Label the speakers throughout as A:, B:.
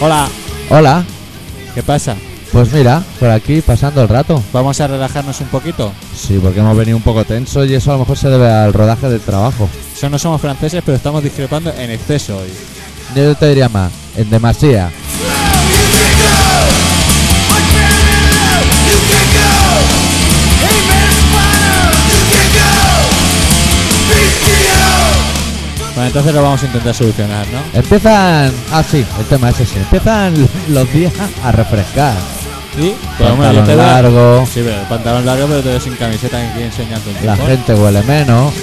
A: Hola,
B: Hola,
A: ¿qué pasa?
B: pues mira, por aquí pasando el rato.
A: ¿Vamos a relajarnos un poquito?
B: Sí, porque hemos venido un poco tenso y eso a lo mejor se debe al rodaje del trabajo.
A: Yo no somos franceses, pero estamos discrepando en exceso hoy.
B: Yo te diría más, en demasía.
A: Bueno, entonces lo vamos a intentar solucionar, ¿no?
B: Empiezan. Ah, sí, el tema es ese. Empiezan los días a refrescar.
A: Y pues,
B: Pantalón
A: yo te veo-
B: largo.
A: Sí, pero el pantalón largo, pero te veo sin camiseta que quiere enseñarte un
B: La
A: tiempo.
B: gente huele menos.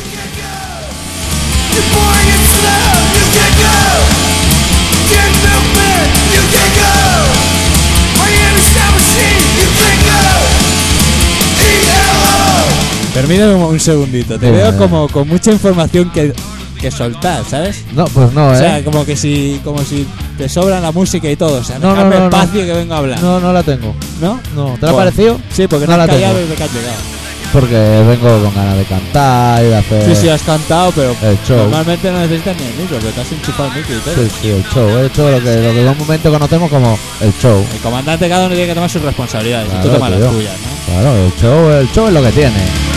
A: Permíteme un- un segundito. Te
B: Sí,
A: veo
B: vale.
A: como con mucha información que, que soltar, ¿sabes?
B: No, pues no,
A: O
B: ¿eh?
A: sea, como que si como si te sobra la música y todo. O sea,
B: No, no,
A: dejadme
B: no, no.
A: espacio que vengo a hablar. ¿No?
B: No, no la tengo. No, ¿te la ha
A: Bueno,
B: parecido?
A: Sí, porque
B: No
A: no, has
B: la tengo.
A: callado desde que has llegado.
B: Porque vengo con ganas de cantar y de hacer
A: Sí, sí, has cantado, pero
B: Eh, el show.
A: normalmente no necesitas ni el micro, pero te has enchufado el micro y todo.
B: Sí, sí, el show. He hecho lo que, lo que en un momento conocemos como el show.
A: El comandante cada uno tiene que tomar sus responsabilidades y tú
B: Claro,
A: tomas las
B: tío.
A: tuyas, ¿no?
B: Claro, el show, el show es lo que tiene.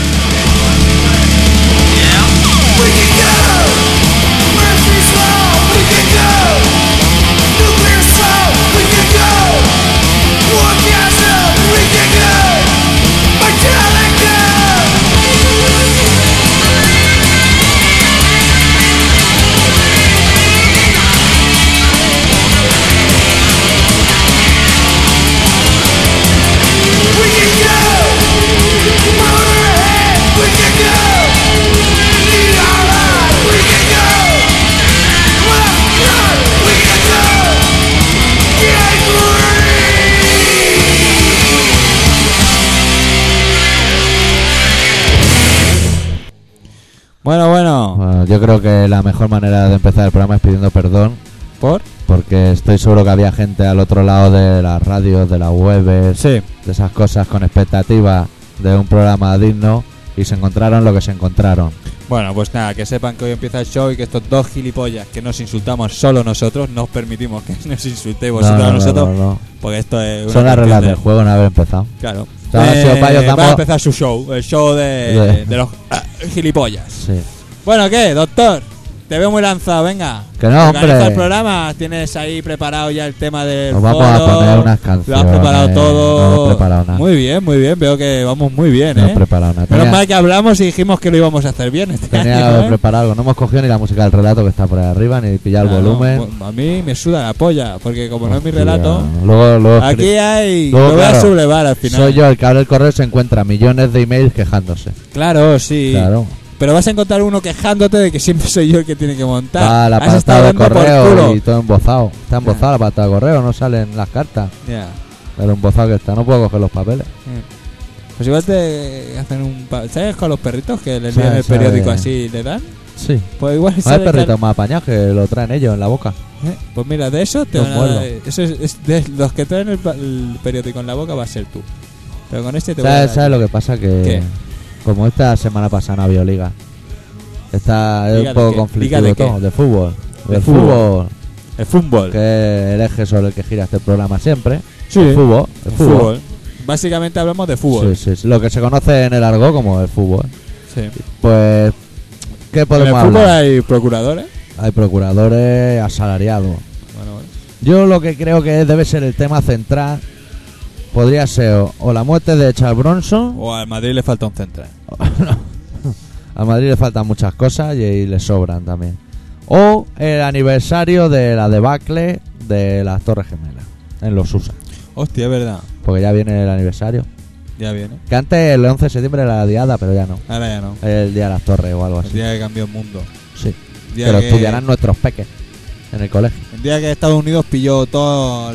A: Bueno, bueno.
B: Bueno, yo creo que la mejor manera de empezar el programa es pidiendo perdón.
A: ¿Por?
B: Porque estoy seguro que había gente al otro lado de las radios, de las webs,
A: Sí.
B: de esas cosas con expectativa de un programa digno y se encontraron lo que se encontraron.
A: Bueno, pues nada, que sepan que hoy empieza el show y que estos dos gilipollas que nos insultamos solo nosotros, no os permitimos que nos insultéis vosotros
B: No, no,
A: a
B: no,
A: nosotros,
B: no, no.
A: porque esto es una
B: Son las
A: cuestión
B: reglas
A: de-
B: del juego una vez empezado.
A: Claro. Eh,
B: O sea, si os vais, os
A: va
B: damos-
A: a empezar su show, el show de,
B: De-
A: de los ah, gilipollas.
B: Sí.
A: Bueno, ¿qué, doctor? Te veo muy lanzado, venga.
B: Que no,
A: Organiza
B: hombre.
A: el programa, tienes ahí preparado ya el tema del
B: Nos vamos a
A: foro,
B: poner unas
A: Lo has
B: canciones,
A: preparado todo.
B: no hemos preparado nada.
A: Muy bien, muy bien, veo que vamos muy bien,
B: No he
A: ¿eh?
B: preparado nada.
A: Menos
B: Tenía-
A: mal que hablamos y dijimos que lo íbamos a hacer bien este
B: Tenía
A: año,
B: algo
A: ¿eh?
B: preparado algo. No hemos cogido ni la música del relato que está por ahí arriba, ni pillar
A: Ah,
B: el
A: no,
B: volumen.
A: bu- a mí me suda la polla, porque como no es mi
B: Hostia,
A: relato,
B: Luego, luego
A: aquí
B: escri-
A: hay.
B: Luego,
A: lo voy a
B: claro,
A: sublevar al final.
B: soy yo el que abre el correo y se encuentra millones de emails quejándose.
A: Claro, sí.
B: Claro.
A: Pero vas a encontrar uno quejándote de que siempre soy yo el que tiene que montar.
B: Está la
A: Has estado
B: pata de
A: dando por
B: correo
A: culo.
B: y todo embozado. Está embozada la pata de correo, no salen las cartas.
A: Ya.
B: Pero embozado que está, no puedo coger los papeles.
A: Pues igual te hacen un. pa- ¿Sabes con los perritos que le
B: Sí,
A: envían el
B: sabe.
A: periódico así y le dan?
B: Sí.
A: Pues igual
B: No hay
A: sale
B: perritos más apañados que lo traen ellos en la boca.
A: cal- ¿Eh? Pues mira, de eso te
B: Los
A: van a dar-
B: muerdo.
A: Eso es, es de los que traen el, pa- el periódico en la boca va a ser tú. Pero con este te voy a
B: ¿Sabes,
A: dar-
B: sabes lo que pasa? Que
A: ¿Qué?
B: como esta semana pasada no había liga, está es
A: ¿Liga de
B: un poco
A: qué?
B: conflictivo
A: ¿Liga de qué?
B: todo, de fútbol.
A: De
B: De
A: fútbol.
B: fútbol,
A: El fútbol.
B: que es el eje sobre el que gira este programa siempre.
A: Sí.
B: El fútbol. El
A: El
B: fútbol.
A: fútbol. Básicamente hablamos de fútbol.
B: Sí, sí, sí. Lo que se conoce en el argot como el fútbol.
A: Sí.
B: Pues, ¿qué
A: En el
B: podemos
A: fútbol
B: hablar?
A: hay procuradores.
B: Hay procuradores asalariados.
A: Bueno, bueno.
B: Yo lo que creo que debe ser el tema central podría ser o, o la muerte de Charles Bronson.
A: O al Madrid le falta un central.
B: o- a Madrid le faltan muchas cosas y, y le sobran también. O el aniversario de la debacle de las Torres Gemelas en los USA.
A: Hostia, es verdad.
B: Porque ya viene el aniversario.
A: Ya viene.
B: Que antes el 11 de septiembre era la diada, pero ya no.
A: Ahora ya no.
B: El día de las Torres o algo
A: El
B: así.
A: día que cambió el mundo.
B: Sí.
A: El día
B: Pero
A: que-
B: estudiarán nuestros peques en el colegio.
A: El día que Estados Unidos pilló todos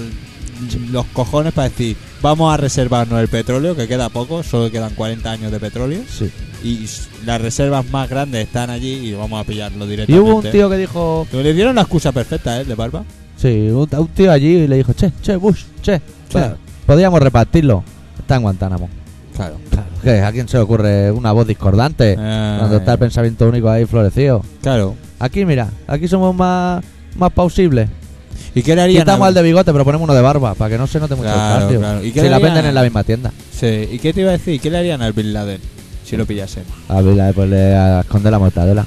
A: los cojones para decir, vamos a reservarnos el petróleo, que queda poco, solo quedan 40 años de petróleo,
B: Sí.
A: y s- las reservas más grandes están allí y vamos a pillarlo
B: Y
A: directamente.
B: hubo un tío que dijo.
A: Pero Le dieron la excusa perfecta, ¿eh? De barba.
B: Sí, un, un tío allí y le dijo, che, che, Bush, che, pa- podríamos repartirlo. Está en Guantánamo.
A: Claro. Ah,
B: ¿Qué? ¿A quién se le ocurre una voz discordante? Cuando está el pensamiento único ahí florecido.
A: Eh, Claro.
B: Aquí, mira, aquí somos más, más pausibles.
A: ¿Y qué le harían
B: Quitamos
A: a-
B: al de bigote, pero ponemos uno de barba, para que no se note mucho
A: Claro,
B: el calcio.
A: claro. ¿Y qué
B: si la
A: haría-
B: venden en la misma tienda.
A: Sí, ¿Y qué te iba a decir? ¿Qué le harían al Bin Laden si lo pillasen?
B: A ver, la- pues le esconde la mortadela.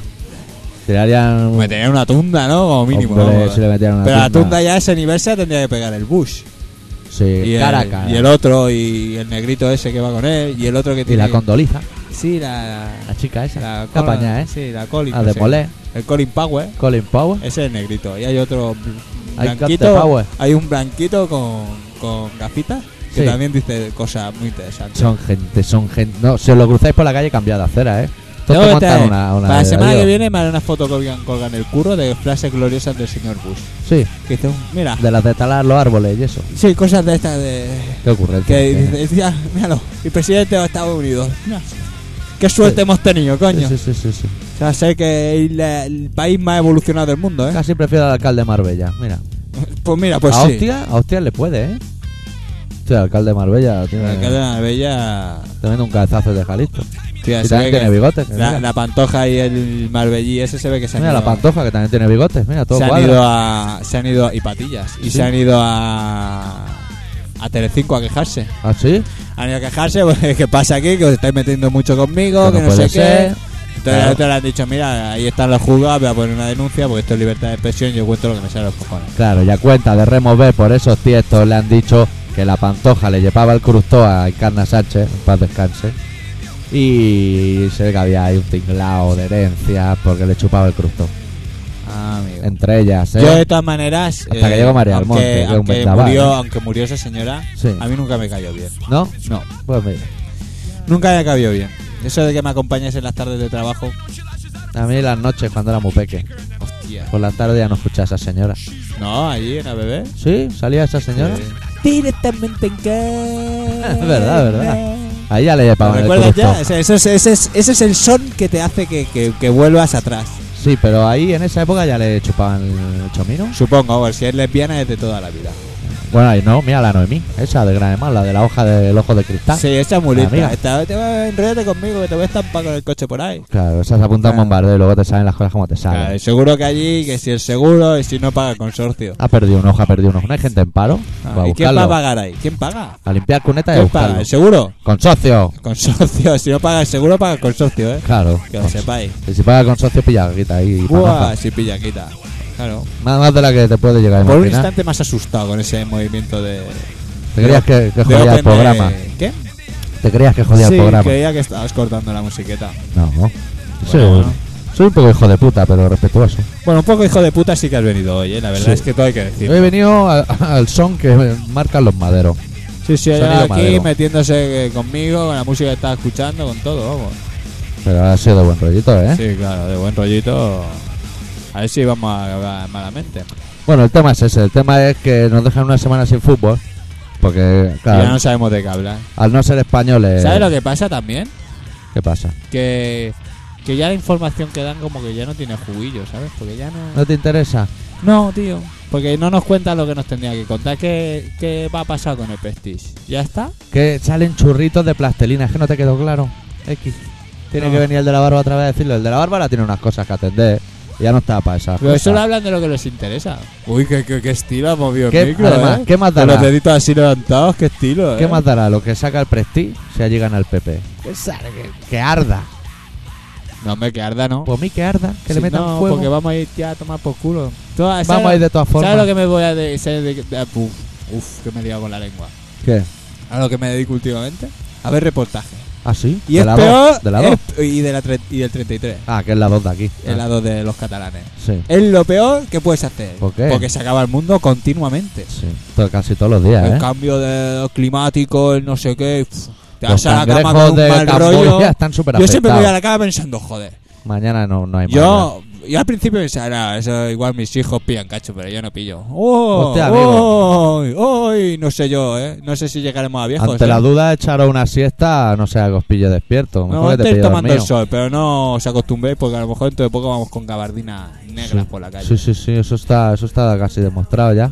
B: Si le harían un-
A: Meterían una tunda, ¿no? Como mínimo.
B: hombre,
A: vamos.
B: si le metieran una
A: Pero la
B: tunda.
A: tunda ya a ese nivel se la tendría que pegar el Bush.
B: Sí,
A: Y el,
B: cara a cara.
A: y el otro, y el negrito ese que va con él, y el otro que
B: Y
A: tiene.
B: la condoliza,
A: Sí, la.
B: la chica esa. La,
A: Col-
B: paña, ¿eh?
A: Sí, la Colin.
B: la
A: no
B: de
A: sé.
B: Molé,
A: El Colin Power.
B: Colin Powell.
A: Ese es el negrito. Y hay otro bl-
B: Hay
A: blanquito.
B: Captain Power.
A: Hay un blanquito con, con gafitas que
B: Sí.
A: también dice cosas muy interesantes.
B: Son gente, son gente. No, si os lo cruzáis por la calle, cambiad de acera, ¿eh? Todos
A: Tengo
B: te
A: que
B: montan
A: traer-
B: una, una
A: para la semana
B: digo.
A: que viene me haré una foto que colgan, colgan el curro de frases gloriosas del señor Bush.
B: Sí,
A: Que dice, mira,
B: de las de talar los árboles y eso.
A: sí, cosas de estas de,
B: ¿Qué ocurre?
A: Que dice, "Este ya, míralo, el presidente de Estados Unidos. mira. Qué suerte
B: Sí.
A: hemos tenido, coño.
B: Sí, sí, sí, sí.
A: O sea, sé que es la- el país más evolucionado del mundo, ¿eh?
B: Casi prefiero al alcalde de Marbella, mira.
A: Pues mira, pues
B: a
A: sí.
B: Ah, Hostia, a Hostia le puede, ¿eh? Hostia, el alcalde de Marbella
A: El
B: tiene,
A: alcalde de Marbella.
B: también un cabezazo de Jalisco.
A: Hostia, se
B: Y
A: ve
B: también tiene
A: que
B: bigotes. que
A: la,
B: mira.
A: la pantoja y el marbellí ese se ve que se han
B: Mira,
A: ido.
B: la pantoja que también tiene bigotes, mira, todo
A: se han
B: cuadra.
A: ido a. Se han ido. Y patillas. Y
B: Sí.
A: se han ido a. A Telecinco a quejarse.
B: ¿Ah, sí?
A: Han ido a quejarse, porque ¿qué pasa aquí? Que os estáis metiendo mucho conmigo,
B: Que
A: que
B: no
A: no, sé
B: puede ser.
A: qué. Entonces
B: Claro.
A: a otro le han dicho, mira, ahí están los juzgados, voy a poner una denuncia porque esto es libertad de expresión y yo cuento lo que me sale a los cojones.
B: Claro, ya cuenta de remover por esos tiestos le han dicho que la pantoja le llevaba el crustó a Encarna Sánchez, en paz descanse. Y se ve que había ahí un tinglao de herencia porque le chupaba el crustó.
A: Ah, amigo.
B: Entre ellas, ¿eh?
A: Yo de todas maneras, eh,
B: Hasta que llegó María del
A: aunque,
B: Monte, que es un
A: aunque
B: vendaval,
A: murió,
B: ¿eh?
A: aunque murió esa señora,
B: Sí.
A: a mí nunca me cayó bien.
B: ¿No?
A: No,
B: Pues mira,
A: nunca me cayó bien. Eso de que me acompañes en las tardes de trabajo,
B: a mí las noches cuando era muy peque,
A: hostia.
B: por la tarde ya no escuchaba a esa señora.
A: No, allí en ABB.
B: ¿Sí? ¿Salía esa señora?
A: Eh, Directamente en casa.
B: Es verdad, verdad. Ahí ya le llevaban el
A: ¿Recuerdas
B: crustó.
A: ya? Ese, ese es- ese es, ese es el son que te hace que- que- que vuelvas atrás.
B: Sí, pero ahí en esa época ya le chupaban el chomino.
A: Supongo, pues si es lesbiana es de toda la vida.
B: Bueno, ahí no, mira la Noemí, esa de Granema, la de la hoja del ojo de cristal.
A: Sí, esa mulita.
B: Amiga.
A: Esta- te va- enróllate conmigo que te voy a estampar con el coche por ahí.
B: Claro, esas apuntan
A: Claro.
B: bombardeo y luego te salen las cosas como te salen.
A: Claro, y seguro que allí, que si el seguro y si no paga el consorcio.
B: Ha perdido un ojo, ha perdido un ojo. No hay gente en paro.
A: Ah,
B: Va a
A: ¿Y quién va a
B: buscarlo. A,
A: pagar ahí? ¿Quién paga?
B: limpiar cunetas y a
A: ¿Quién paga?
B: buscarlo.
A: ¿El seguro?
B: Consorcio.
A: Consorcio. Si no paga el seguro, paga el consorcio, ¿eh?
B: Claro.
A: Que lo
B: Cons-
A: sepáis.
B: Y si paga consorcio, pilla guita ahí.
A: Buah,
B: panoja.
A: si pilla, quita. Claro.
B: Más, más de la que te puede llegar a
A: Por un
B: imaginar.
A: instante más asustado con ese movimiento de.
B: Te creías que, que
A: de
B: jodía el
A: Open de-
B: programa.
A: ¿Qué?
B: Te creías que jodía
A: sí,
B: el programa.
A: creía que estabas cortando la musiqueta.
B: No, no. Soy,
A: Bueno, bueno.
B: soy un poco hijo de puta, pero respetuoso.
A: Bueno, un poco hijo de puta sí que has venido hoy, ¿eh? La verdad
B: Sí. ¿Eh?
A: es que todo hay que decir.
B: Yo he venido a- al son que marcan los maderos.
A: Sí, sí,
B: Sonido
A: allá aquí
B: madero.
A: metiéndose eh, conmigo, con la música que estaba escuchando, con todo, vamos.
B: Pero ha sido buen rollito, ¿eh?
A: Sí, claro, de buen rollito. A ver si vamos a hablar malamente.
B: Bueno, el tema es ese. El tema es que nos dejan una semana sin fútbol. Porque,
A: Y Ya
B: claro, Eh.
A: no sabemos de qué hablar.
B: al no ser españoles.
A: ¿Sabes lo que pasa también?
B: ¿Qué pasa?
A: Que, que ya la información que dan como que ya no tiene juguillo, ¿sabes? Porque ya no...
B: ¿No te interesa?
A: No, tío. Porque no nos cuentan lo que nos tendría que contar. ¿Qué, qué va a pasar con el Prestige? ¿Ya está?
B: Que salen churritos de plastelina. Es que no te quedó claro. X. Tiene
A: No.
B: que venir el de la barba otra vez a decirlo. El de la barba ahora tiene unas cosas que atender. Y ya no está para esas
A: Pero
B: cosas.
A: solo Pues hablan de lo que les interesa. Uy, qué, qué, qué estilo ha movido
B: ¿Qué-
A: el micro,
B: además,
A: ¿eh?
B: ¿qué más
A: Con
B: dará?
A: los deditos así levantados, qué estilo,
B: ¿Qué
A: ¿eh?
B: más dará lo que saca el Prestige si ya llegan al PP? Que arda.
A: No, hombre, que arda, ¿no?
B: Pues a mí que arda, que le
A: Sí,
B: metan
A: no,
B: fuego.
A: porque vamos a ir ya a tomar por culo. Toda- ¿sabes
B: Vamos a ir
A: lo-
B: de todas formas.
A: ¿Sabes lo que me voy a de, sabes de- de- uf, uf, que me he liado con la lengua.
B: ¿Qué?
A: A lo que me dedico últimamente. A ver reportaje.
B: ¿Ah, sí?
A: Y
B: ¿De
A: es
B: la
A: peor.
B: dos? ¿De la
A: es-
B: dos?
A: y, de la tre- y del 33.
B: Ah, que es la 2 de aquí.
A: El
B: Ah,
A: lado de los catalanes.
B: Sí,
A: Es lo peor que puedes hacer.
B: ¿Por qué?
A: Porque se acaba el mundo continuamente.
B: sí. To- Casi todos los días,
A: el
B: ¿eh?
A: cambio de climático, el no sé qué. pf, te
B: Los
A: vas a la cama
B: cangrejos
A: con un
B: de
A: mal
B: Camboya
A: rollo.
B: están súper
A: Yo siempre me voy a
B: afectados.
A: la cama pensando, joder.
B: Mañana no, no hay más.
A: Yo, yo al principio pensaba, "No, eso igual mis hijos pillan cacho, pero yo no pillo. ¡Oh!
B: Hostia, amigo.
A: ¡Uy! ¡Uy! No sé yo, ¿eh? No sé si llegaremos a viejos.
B: Ante
A: ¿eh?
B: la duda, echaros una siesta, no sea que os pille despierto.
A: Me
B: Mejor
A: voy a
B: que te
A: estar
B: pille
A: tomando el
B: dormido.
A: sol, pero no os acostumbréis porque a lo mejor dentro de poco vamos con gabardinas negras por la calle.
B: Sí, sí, sí, eso está, eso está casi demostrado ya.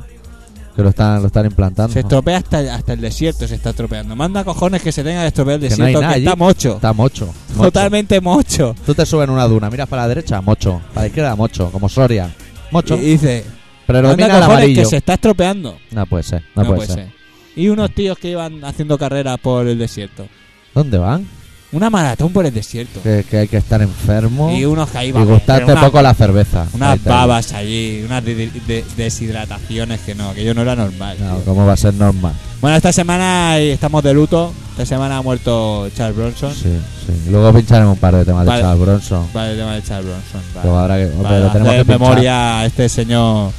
B: Que lo están, lo están implantando.
A: Se estropea hasta, hasta el desierto, se está estropeando. Manda cojones que se tenga que estropear el
B: Que no hay
A: desierto, que,
B: nada allí.
A: está mocho.
B: Está mocho. mocho.
A: Totalmente mocho.
B: Tú te subes en una duna, miras para la derecha, mocho. Para la izquierda, mocho. Como Soria.
A: Y
B: Mocho.
A: y dice, Anda,
B: Predomina el
A: cojones,
B: amarillo.
A: que se está estropeando.
B: No puede ser, no, puede, ser.
A: Y unos tíos que iban haciendo carreras por el desierto.
B: ¿Dónde van?
A: Una maratón por el desierto.
B: Que, que hay que estar enfermo
A: Y
B: y,
A: unos que ahí van.
B: gustarte
A: pero una-
B: poco la cerveza. Ahí
A: Unas
B: te-
A: babas allí, unas de- de- deshidrataciones que no, que yo no era normal.
B: No,
A: tío.
B: ¿cómo va a ser normal?
A: Bueno, esta semana eh, estamos de luto. Esta semana ha muerto Charles Bronson.
B: Sí, sí. Luego pincharemos un par de temas
A: Vale.
B: de Charles Bronson.
A: Vale, el tema de Charles Bronson. Vale.
B: Pero habrá que- hombre,
A: Para
B: lo tenemos
A: hacer
B: que pinchar.
A: memoria a este señor.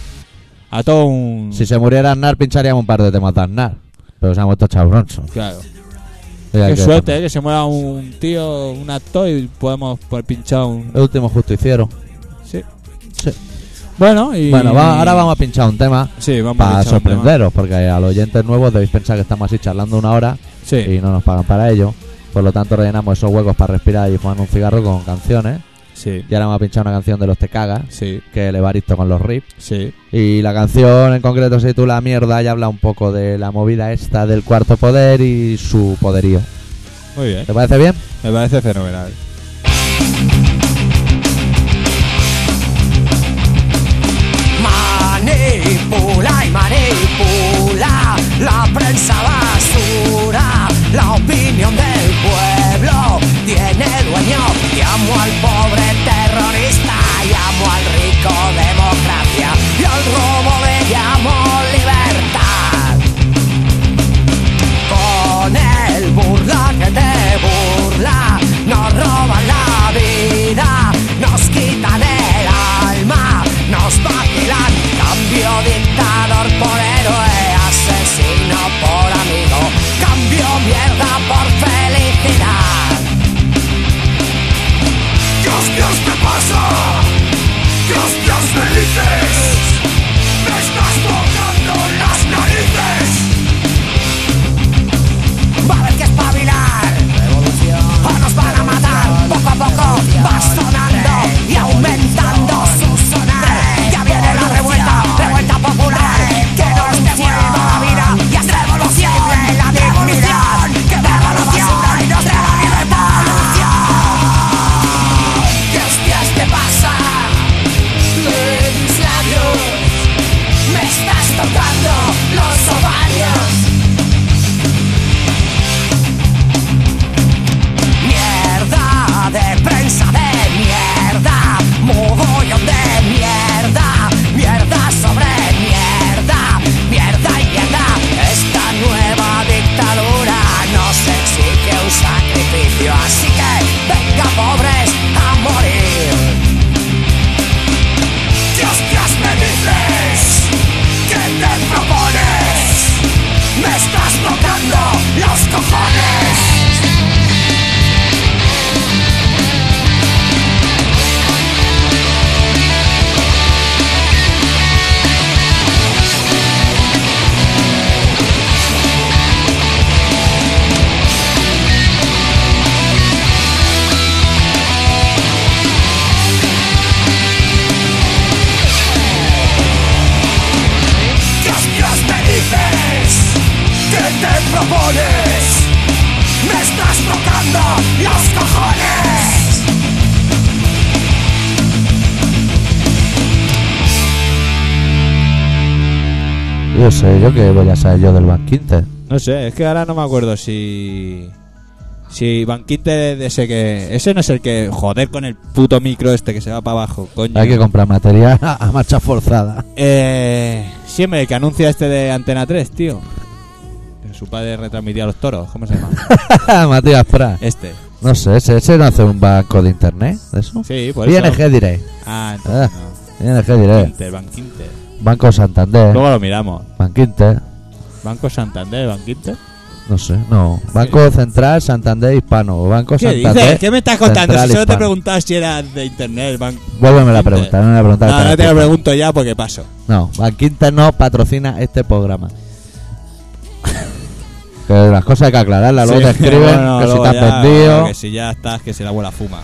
A: A todo un.
B: Si se muriera Aznar, pincharíamos un par de temas de Aznar. Pero se ha muerto Charles Bronson.
A: Claro.
B: Y hay
A: Qué
B: que-
A: suerte, eh, que se muera un tío, un actor y podemos por pinchar un.
B: El último justiciero.
A: Sí.
B: Sí.
A: Bueno, y.
B: Oh. Bueno, va- ahora vamos a pinchar un tema
A: Sí, vamos a
B: para
A: pinchar un tema.
B: sorprenderos, porque a los oyentes nuevos debéis pensar que estamos así charlando una hora
A: Sí,
B: y no nos pagan para ello. Por lo tanto, rellenamos esos huecos para respirar y fumar un cigarro con canciones.
A: sí,
B: Y ahora vamos a pinchar una canción de los Te Cagas,
A: sí,
B: que es el Evaristo con los rips.
A: sí.
B: Y la canción en concreto se titula Mierda y habla un poco de la movida esta del cuarto poder y su poderío.
A: Muy bien.
B: ¿Te parece bien?
A: Me parece fenomenal.
C: Manipula y manipula la prensa basura, la opinión del pueblo tiene dueño. Y amo al pobre terrorista, y amo al rico democracia, y al robo le llamo libertad con el burla que te burla. Nos roban la vida, nos quitan el alma, nos vacilan. Cambio dictador por héroe, asesino por amigo. Cambio mierda por felicidad. Dios, Dios, ¿qué pasa? Dios, Dios, me dices. Me estás tocando las narices. Va a haber que espabilar O nos van a matar Poco a poco va sonando Y aumentando su sonar Ya viene la revuelta Revuelta popular Que nos devuelva la vida Y es revolución La dignificación Que devuelva la basura Y nos dé la libertad ¿Qué hostias te pasa? En mis labios Me estás tocando Los ovarios Mierda de prensa de mierda, mogollón de mierda, mierda sobre mierda, mierda y mierda. Esta nueva dictadura nos exige un sacrificio, así que venga pobres a morir. Dios, Dios me dices, ¿qué te propones? Me estás tocando los cojones. Dios, Dios me dices que te propones Me estás tocando los cojones
B: Yo sé, yo que voy a saber yo del Bank Inter.
A: No sé, es que ahora no me acuerdo si. Si Van Quinte de ese que. Ese no es el que. Joder con el puto micro este que se va para abajo, coño.
B: Hay que comprar material a marcha forzada.
A: Eh. Siempre el que anuncia este de Antena 3, tío. Que Su padre retransmitía los toros, ¿cómo se llama?
B: Matías Prat.
A: Este.
B: No sé, ese, ese no hace un banco de internet, ¿de eso?
A: Sí, por eso.
B: ING diré.
A: Ah, entonces
B: Ah.
A: no.
B: ING diré.
A: Quinter, Van Quinter.
B: Banco Santander,
A: Luego lo miramos.
B: Banco Inter,
A: Banco Santander, Van Quinter.
B: no sé, no. Banco Central, Santander Hispano, o Banco
A: ¿Qué
B: Santander.
A: dices? ¿Qué me estás contando?
B: Central
A: si solo te
B: Hispano.
A: preguntaba si era de internet, Banco.
B: Vuélveme la
A: Inter.
B: pregunta, no me la pregunta.
A: No, no te lo pregunto ya porque paso.
B: No, Banco Inter no patrocina este programa. que las cosas hay que aclararlas, luego
A: Sí,
B: te escriben
A: bueno,
B: que si
A: luego
B: te has
A: ya,
B: vendido.
A: bueno, Que si ya estás, que si la abuela fuma.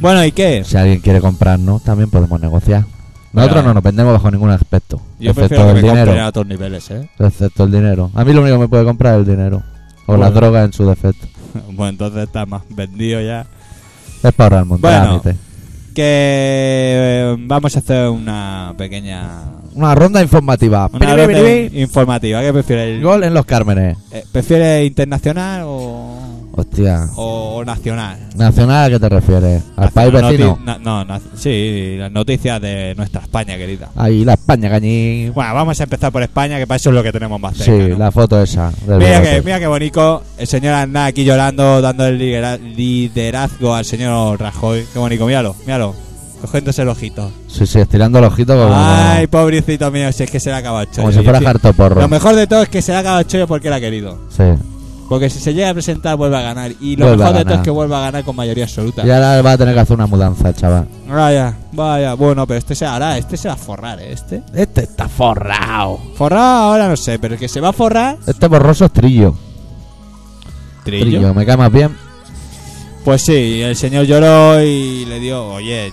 A: Bueno, ¿y qué?
B: Si alguien quiere comprarnos, también podemos negociar. Nosotros
A: Claro.
B: no nos vendemos bajo ningún aspecto.
A: Yo
B: excepto
A: prefiero que
B: el
A: me
B: dinero.
A: compren a otros niveles, ¿eh?
B: Excepto el dinero. A mí lo único que me puede comprar es el dinero. O
A: Bueno.
B: las drogas en su defecto.
A: Bueno, entonces estás más vendido ya.
B: Es para ahorrar un montón de
A: Bueno.
B: trámite.
A: Que eh, vamos a hacer una pequeña
B: Una ronda informativa.
A: Una
B: Bri, bri,
A: ronda
B: bri, bri.
A: informativa. ¿Qué prefieres?
B: Gol en los Cármenes.
A: Eh, ¿Prefieres internacional o,
B: Hostia.
A: o nacional?
B: ¿Nacional a qué te refieres? ¿Al país
A: Nacional,
B: vecino?
A: noti- na- no, na- sí, las noticias de nuestra España, querida.
B: Ahí, la España, cañín.
A: Bueno, vamos a empezar por España, que para eso es lo que tenemos más cerca.
B: Sí,
A: ¿no?
B: la foto esa. del
A: Mira que,
B: bigote.
A: mira que bonito, el señor Aznar aquí llorando, dando el lidera- liderazgo al señor Rajoy. Qué bonito, míralo, míralo, cogiéndose el ojito.
B: Sí, sí, estirando el ojito como,
A: Ay, pobrecito mío, si es que se le ha acabado el chollo.
B: como si
A: Yo
B: fuera
A: sí-
B: cartoporro.
A: Lo mejor de todo es que se le ha acabado el chollo porque era querido.
B: Sí.
A: Porque si se llega a presentar, vuelve a ganar. Y lo
B: Vuelve a
A: mejor de todo
B: ganar.
A: es que vuelva a ganar con mayoría absoluta.
B: Y ahora va a tener que hacer una mudanza, chaval.
A: Vaya, vaya. Bueno, pero este se hará, este se va a forrar, ¿eh? Este.
B: Este está forrado.
A: Forrado ahora no sé, pero el que se va a forrar.
B: Este borroso es trillo.
A: Trillo.
B: me cae más bien.
A: Pues sí, el señor lloró y le dio, oye,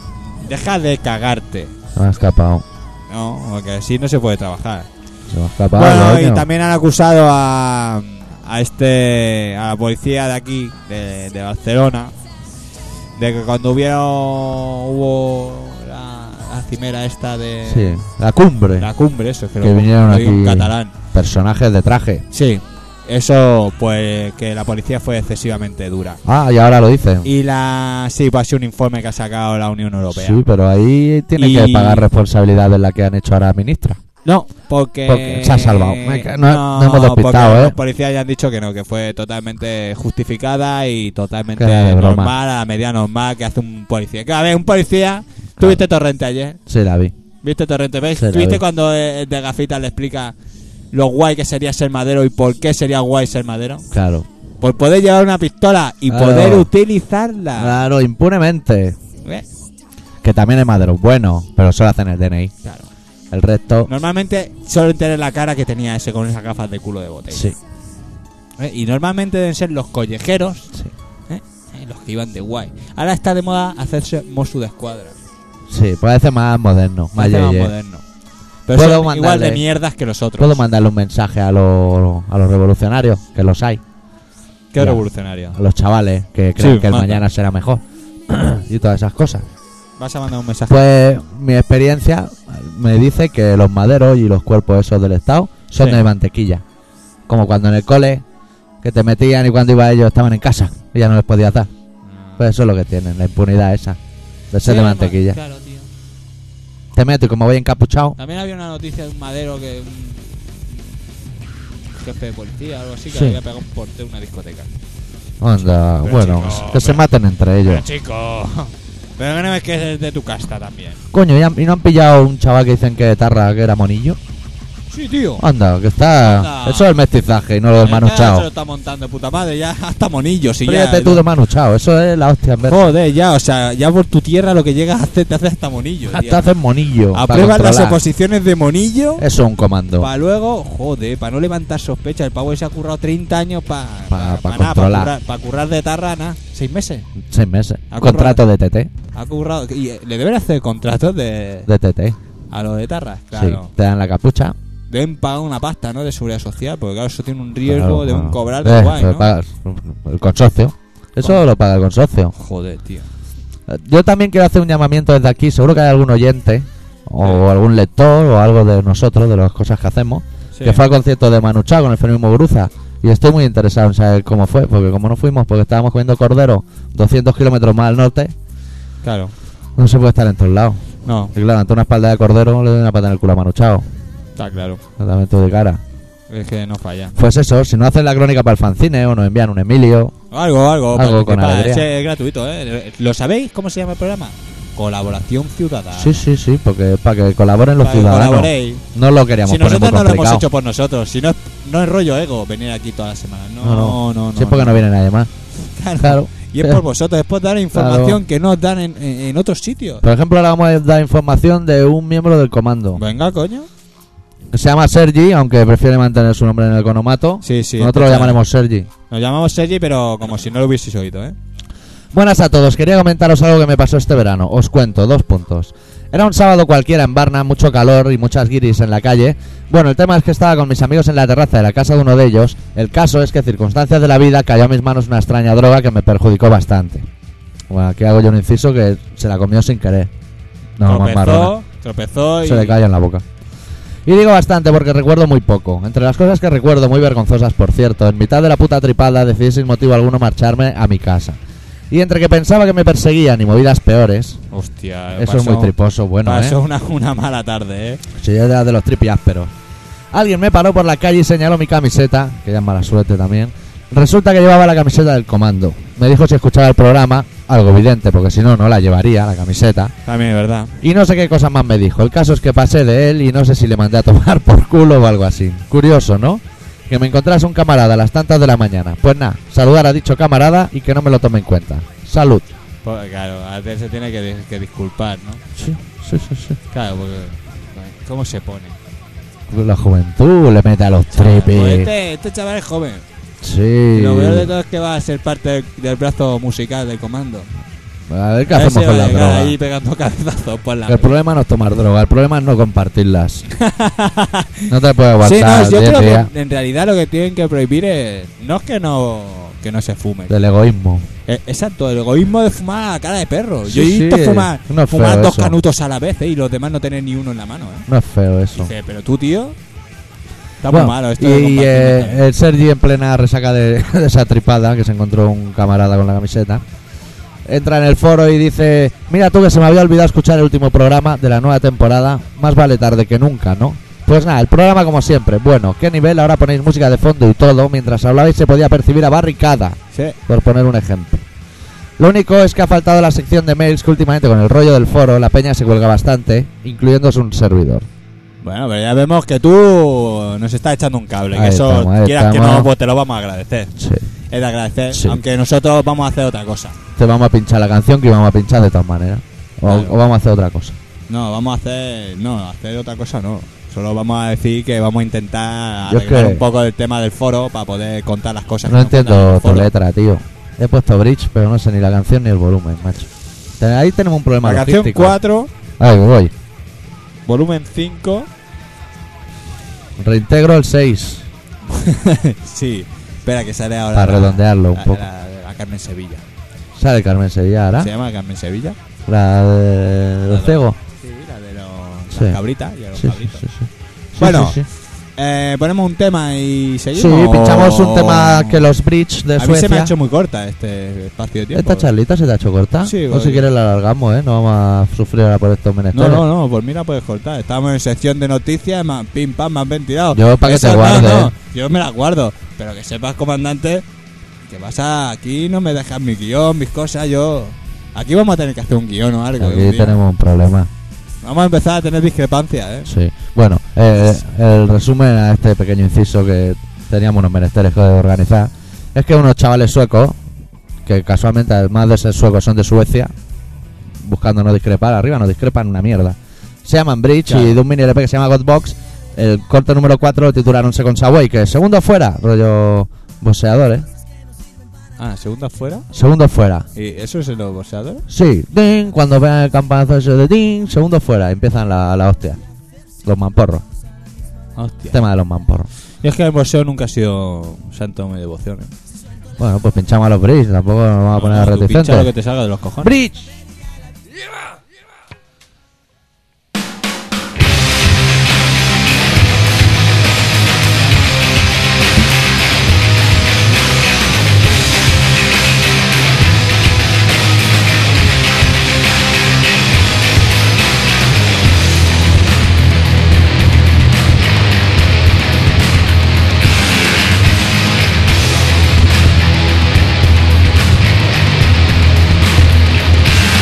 A: deja de cagarte.
B: Se me ha escapado.
A: No, porque así no se puede trabajar.
B: Se me ha escapado.
A: bueno, y
B: coño.
A: también han acusado a, a este a la policía de aquí, de, de Barcelona, de que cuando hubieron hubo la, la cimera esta de
B: Sí, la cumbre.
A: eh, la cumbre, eso que,
B: Que vinieron
A: lo digo en
B: aquí.
A: catalán.
B: Personajes de traje.
A: Sí, eso pues que la policía fue excesivamente dura.
B: Ah, y ahora lo dicen.
A: Y la sí, pues ha sido un informe que ha sacado la Unión Europea.
B: Sí, pero ahí tiene
A: Y-
B: que pagar responsabilidades la que han hecho ahora ministra.
A: No, porque...
B: Porque se ha salvado. Me ca- no- no hemos despistado,
A: porque
B: ¿eh?
A: Los policías ya han dicho que no, que fue totalmente justificada y totalmente
B: Que era de broma.
A: normal, a la medida normal que hace un policía. Cada vez un policía... ¿Tú viste Torrente ayer?
B: Sí, la vi.
A: ¿Viste Torrente? ¿Ves?
B: Sí, la
A: ¿Tú viste
B: vi.
A: cuando eh, el de gafitas le explica lo guay que sería ser madero y por qué sería guay ser madero?
B: Claro.
A: Por poder llevar una pistola y
B: Claro. Ah.
A: poder utilizarla.
B: Claro, impunemente.
A: ¿Ves?
B: Que también es madero. Bueno, pero solo hacen el DNI.
A: Claro.
B: El resto.
A: Normalmente solo tener la cara que tenía ese con esas gafas de culo de botella.
B: Sí,
A: ¿Eh? Y normalmente deben ser los collejeros
B: sí.
A: ¿eh? Eh, los que iban de guay. Ahora está de moda hacerse Mosu de escuadra.
B: Sí, parece más moderno. Más
A: Un tema
B: yeye.
A: moderno. Pero
B: eh. Puedo
A: son igual
B: mandarle-
A: de mierdas que los otros.
B: Puedo mandarle un mensaje a los, a los revolucionarios, que los hay,
A: Qué
B: Ya.
A: revolucionario.
B: a los chavales que creen
A: Sí,
B: que el
A: manda.
B: mañana será mejor y todas esas cosas.
A: Vas a mandar un mensaje.
B: Pues mi experiencia me dice que los maderos y los cuerpos esos del Estado son
A: Sí.
B: de mantequilla. Como cuando en el cole que te metían y cuando iba ellos estaban en casa y ya no les podías dar.
A: Ah.
B: Pues eso es lo que tienen, la impunidad esa de ser de mantequilla.
A: Claro, tío.
B: Te meto y como voy encapuchado,
A: También había una noticia de un madero que. un jefe de policía o algo así que
B: Sí.
A: había pegado un portero en una discoteca.
B: anda,
A: Pero
B: bueno,
A: chico,
B: que se
A: pero-
B: maten entre ellos.
A: Pero chico.
B: Oh.
A: Pero que no ves que es de tu casta también.
B: Coño, ¿y, han- y no han pillado un chaval que dicen que Tarra que era monillo?
A: Sí, tío.
B: Anda, que está.
A: Anda.
B: Eso es el mestizaje y no lo del Manu
A: Ah, Ya Se lo
B: Chao.
A: está montando de puta madre. Ya hasta monillos y ya.
B: Fíjate tú de Manu Chao, eso es la hostia en vez.
A: Joder, ya, o sea, ya por tu tierra lo que llegas a hacer te hace hasta monillo. tío.
B: Hasta hacer monillo. pa'
A: Apruebas las
B: controlar.
A: oposiciones de monillo
B: Eso es un comando.
A: para luego, joder, para no levantar sospechas. El pavo ese ha currado 30 años para
B: Pa- pa controlar.
A: currar, pa' currar de tarrana. Seis meses.
B: Seis meses.
A: Ha
B: Contrato de TT.
A: Ha currado. Y eh, le deben hacer contratos de,
B: De TT.
A: a los de tarras, claro.
B: Sí. Te dan la capucha.
A: Deben pagar una pasta, ¿no? De seguridad social, porque claro, eso tiene un riesgo
B: Claro,
A: de un
B: claro.
A: cobrar
B: Eh,
A: de guay,
B: se
A: ¿no?
B: paga El consorcio. Eso
A: Con-
B: lo paga el consorcio.
A: Joder, tío.
B: Eh, Yo también quiero hacer un llamamiento desde aquí. Seguro que hay algún oyente. O
A: Sí.
B: algún lector. O algo de nosotros. De las cosas que hacemos.
A: Sí.
B: que fue al concierto de Manu Chao con el Fermín Muguruza. Y estoy muy interesado en saber cómo fue, porque como no fuimos, porque estábamos comiendo cordero 200 kilómetros más al norte,
A: Claro.
B: no se puede estar en todos lados.
A: No,
B: Y claro, ante una espalda de cordero le doy una pata en el culo a Manu Chao.
A: está claro.
B: Tratamiento de cara.
A: Es que no falla.
B: Pues eso, si no hacen la crónica para el fanzine o nos envían un Emilio,
A: Algo, algo.
B: Algo con
A: participad.
B: alegría.
A: Ese Es gratuito, ¿eh? ¿Lo sabéis cómo se llama el programa? Colaboración Ciudadana.
B: sí, sí, sí, porque es para que colaboren los
A: Para que
B: ciudadanos.
A: colaboréis.
B: No lo queríamos
A: Si
B: poner muy
A: nosotros no lo hemos
B: complicado.
A: hecho por nosotros, si no es, no es rollo ego venir aquí todas las semanas. No,
B: No,
A: no, no.
B: no. si es porque no, viene nadie más.
A: Claro.
B: Claro.
A: Y es por vosotros, es por dar información que no os dan en, en- en otros sitios.
B: Por ejemplo, ahora vamos a dar información de un miembro del comando.
A: Venga, coño.
B: Se llama Sergi, aunque prefiere mantener su nombre en el conomato.
A: Sí, sí.
B: Nosotros lo
A: escucha.
B: llamaremos Sergi.
A: Nos llamamos Sergi, pero como si no lo hubieseis oído, ¿eh?
B: Buenas a todos, quería comentaros algo que me pasó este verano. Os cuento, dos puntos. Era un sábado cualquiera en Barna, mucho calor y muchas guiris en la calle. Bueno, el tema es que estaba con mis amigos en la terraza de la casa de uno de ellos. El caso es que, circunstancias de la vida, cayó a mis manos una extraña droga que me perjudicó bastante. Bueno, aquí hago yo un inciso que se la comió sin querer. No, más
A: tropezó,
B: marrona.
A: tropezó y.
B: Se le cayó en la boca. Y digo bastante porque recuerdo muy poco. Entre las cosas que recuerdo, muy vergonzosas por cierto, en mitad de la puta tripada decidí sin motivo alguno marcharme a mi casa. Y entre que pensaba que me perseguían y movidas peores,
A: Hostia,
B: eso es
A: pasó-
B: muy triposo, bueno,
A: pasó
B: ¿eh?
A: una, una mala tarde, ¿eh?
B: Si yo era de los tripi ásperos. Alguien me paró por la calle y señaló mi camiseta, que ya es mala suerte también. Resulta que llevaba la camiseta del comando. Me dijo si escuchaba el programa, algo evidente, porque si no, no la llevaría, la camiseta.
A: También es verdad.
B: Y no sé qué cosas más me dijo. El caso es que pasé de él y no sé si le mandé a tomar por culo o algo así. Curioso, ¿no? Que me encontrase un camarada a las tantas de la mañana. Pues nada, saludar a dicho camarada y que no me lo tome en cuenta. Salud.
A: Pues, claro, a veces se tiene que, dis- que disculpar, ¿no?
B: Sí, sí, sí, sí.
A: Claro, porque. ¿Cómo se pone?
B: La juventud le mete a los
A: Pues
B: tripes.
A: este, este chaval es joven.
B: Sí.
A: Y Lo peor de todo es que va a ser parte del, del brazo musical del comando.
B: A ver qué
A: Ese
B: hacemos
A: va
B: con
A: a
B: la
A: llegar
B: droga.
A: ahí pegando cabezazos por la.
B: El problema no es tomar droga, el problema es no compartirlas. No te puedes
A: Sí,
B: aguantar ¿eh?
A: no, yo
B: 10
A: creo
B: días
A: que en realidad lo que tienen que prohibir es. No es que no, que no se fume.
B: del egoísmo.
A: Eh, Exacto, el egoísmo de fumar a la cara de perro.
B: Sí,
A: Yo he visto
B: sí,
A: fumar,
B: no es
A: fumar
B: feo
A: dos
B: eso.
A: canutos a la vez eh, y los demás no tener ni uno en la mano. Eh.
B: No es feo eso.
A: Dice, pero tú, tío, está
B: Bueno,
A: muy malo esto. de
B: y
A: compartir
B: eh,
A: esto, eh.
B: el Sergi en plena resaca de, de esa tripada que se encontró un camarada con la camiseta entra en el foro y dice mira tú que se me había olvidado escuchar el último programa de la nueva temporada más vale tarde que nunca no pues nada el programa como siempre bueno qué nivel ahora ponéis música de fondo y todo mientras hablabais se podía percibir a barricada
A: Sí.
B: por poner un ejemplo. Lo único es que ha faltado la sección de mails que últimamente con el rollo del foro la peña se cuelga bastante, incluyéndose un servidor.
A: Bueno, pero ya vemos que tú eh, nos estás echando un cable.
B: Ahí
A: que eso,
B: estamos, ahí
A: quieras que
B: estamos.
A: no, pues te lo vamos a agradecer.
B: Sí.
A: Es de agradecer,
B: Sí.
A: aunque nosotros vamos a hacer otra cosa.
B: Te vamos a pinchar la canción que vamos a pinchar de todas maneras. O,
A: Claro.
B: o vamos a hacer otra cosa.
A: No, vamos a hacer. No, hacer otra cosa no. Solo vamos a decir que vamos a intentar
B: Yo es
A: arreglar
B: que-
A: un poco el tema del foro para poder contar las cosas.
B: No
A: que nos cuentan en
B: entiendo
A: el
B: tu
A: foro.
B: letra, tío. He puesto bridge, pero no sé ni la canción ni el volumen, macho. Te- Ahí tenemos un problema
A: La canción
B: logístico.
A: 4,
B: Ahí voy.
A: volumen 5.
B: Reintegro el 6
A: sí, espera que sale ahora.
B: para
A: la-
B: redondearlo un
A: la-
B: poco.
A: La, la Carmen Sevilla.
B: Sale Carmen Sevilla, ¿verdad?
A: ¿Se llama Carmen Sevilla?
B: La de...
A: La de-
B: Cego.
A: Sí, la de los
B: Sí.
A: las cabritas y los
B: Sí, sí,
A: cabritos.
B: sí, sí. Sí,
A: Bueno,
B: sí, sí.
A: Eh, ponemos un tema y
B: Sí,
A: seguimos. Oh.
B: pinchamos un tema que los bridge de
A: A mí se me ha
B: Suecia.
A: hecho muy corta este espacio de tiempo.
B: Esta charlita se te ha hecho corta.
A: Sí,
B: o
A: porque-
B: si quieres la alargamos, ¿eh? No vamos a sufrir ahora por estos
A: No,
B: menesteres.
A: no, no, por mí la puedes cortar. Estamos en sección de noticias, más pim pam, más ventilado.
B: Yo pa' que
A: Eso
B: te
A: no,
B: guarde,
A: no,
B: eh.
A: yo me la guardo. Pero que sepas, comandante, que vas a- aquí no me dejas mi guión, mis cosas, yo. Aquí vamos a tener que hacer un guión o algo. un
B: Aquí
A: día.
B: tenemos un problema.
A: Vamos a empezar a tener discrepancias, eh.
B: Sí. Bueno, eh, el resumen a este pequeño inciso que teníamos unos menesteres que organizar es que unos chavales suecos, que casualmente además de ser suecos son de Suecia, buscando no discrepar, arriba no discrepan una mierda. Se llaman Bridge
A: Claro.
B: y de un mini LP que se llama Godbox, el corte número 4 lo titularon Second Subway, que es segundo fuera, rollo boxeador, ¿eh?
A: Ah, segunda fuera.
B: Segundo fuera.
A: ¿Y eso es en los boxeadores?
B: Sí, ding, cuando vean el campanazo ese de ding, segundo fuera, empiezan la, la hostia. Los mamporros,
A: Hostia.
B: tema de los mamporros.
A: Y es que el boxeo nunca ha sido un santo de mi devoción. ¿eh?
B: Bueno, pues pinchamos a los bridge, tampoco nos vamos a poner
A: No, no, tú pincha lo que
B: reticentes.
A: te salga de los cojones.
B: Bridge.
D: Thank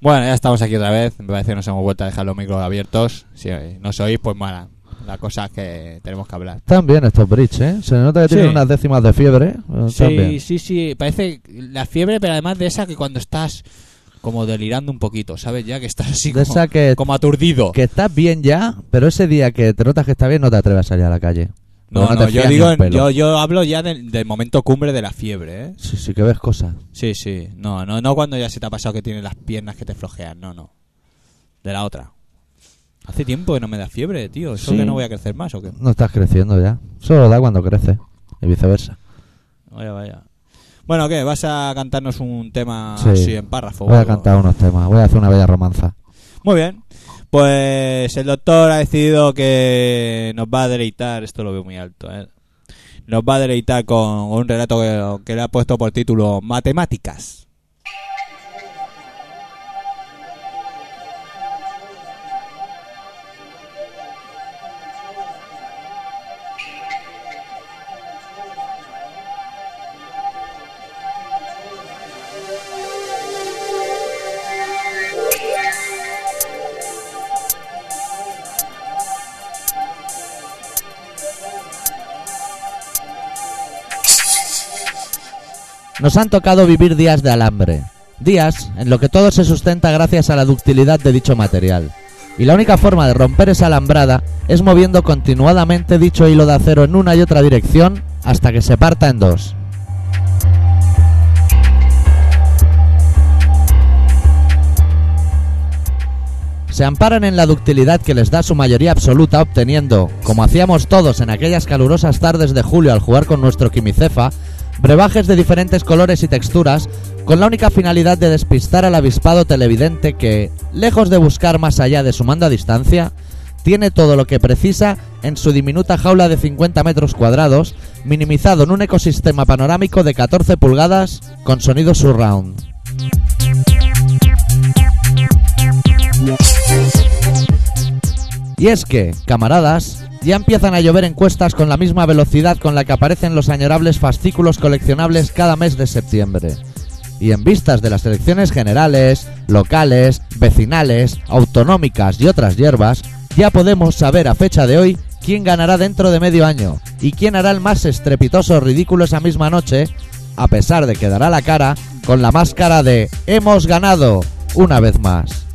A: Bueno, ya estamos aquí otra vez. Me parece que nos hemos vuelto a dejar los micros abiertos. Si eh, nos oís, pues mala. La cosa es que tenemos que hablar.
B: Están bien estos bridge, ¿eh? Se nota que
A: Sí.
B: tienen unas décimas de fiebre. eh, Están
A: Sí,
B: bien.
A: sí, sí. Parece la fiebre, pero además de esa que cuando estás como delirando un poquito, ¿sabes? Ya que estás así
B: De
A: como,
B: esa que,
A: como aturdido.
B: que estás bien ya, pero ese día que te notas que está bien no te atreves a salir a la calle.
A: No,
B: Porque
A: no,
B: te
A: yo
B: fías ni
A: digo,
B: un pelo.
A: yo, yo hablo ya del, del momento cumbre de la fiebre, ¿eh?
B: Sí, sí que ves cosas.
A: Sí, sí. No, no, no cuando ya se te ha pasado que tienes las piernas que te flojean, no, no. De la otra. Hace tiempo que no me da fiebre, tío. ¿Eso
B: Sí.
A: que no voy a crecer más o qué?
B: No estás creciendo ya. Solo da cuando crece. Y viceversa.
A: Vaya, vaya. Bueno, ¿qué? ¿Vas a cantarnos un tema
B: Sí.
A: así en párrafo? o
B: Voy a
A: algo?
B: cantar unos temas. Voy a hacer una bella romanza.
A: Muy bien. Pues el doctor ha decidido que nos va a deleitar, esto lo veo muy alto, ¿eh? nos va a deleitar con un relato que, que le ha puesto por título Matemáticas.
B: Nos han tocado vivir días de alambre, días en los que todo se sustenta gracias a la ductilidad de dicho material. Y la única forma de romper esa alambrada es moviendo continuadamente dicho hilo de acero en una y otra dirección hasta que se parta en dos. Se amparan en la ductilidad que les da su mayoría absoluta obteniendo, como hacíamos todos en aquellas calurosas tardes de julio al jugar con nuestro quimicefa, brebajes de diferentes colores y texturas, con la única finalidad de despistar al avispado televidente que, lejos de buscar más allá de su mando a distancia, tiene todo lo que precisa en su diminuta jaula de 50 metros cuadrados, minimizado en un ecosistema panorámico de 14 pulgadas con sonido surround. Y es que, camaradas, ya empiezan a llover encuestas con la misma velocidad con la que aparecen los añorables fascículos coleccionables cada mes de septiembre. Y en vistas de las elecciones generales, locales, vecinales, autonómicas y otras hierbas, ya podemos saber a fecha de hoy quién ganará dentro de medio año y quién hará el más estrepitoso ridículo esa misma noche, a pesar de que dará la cara con la máscara de hemos ganado una vez más.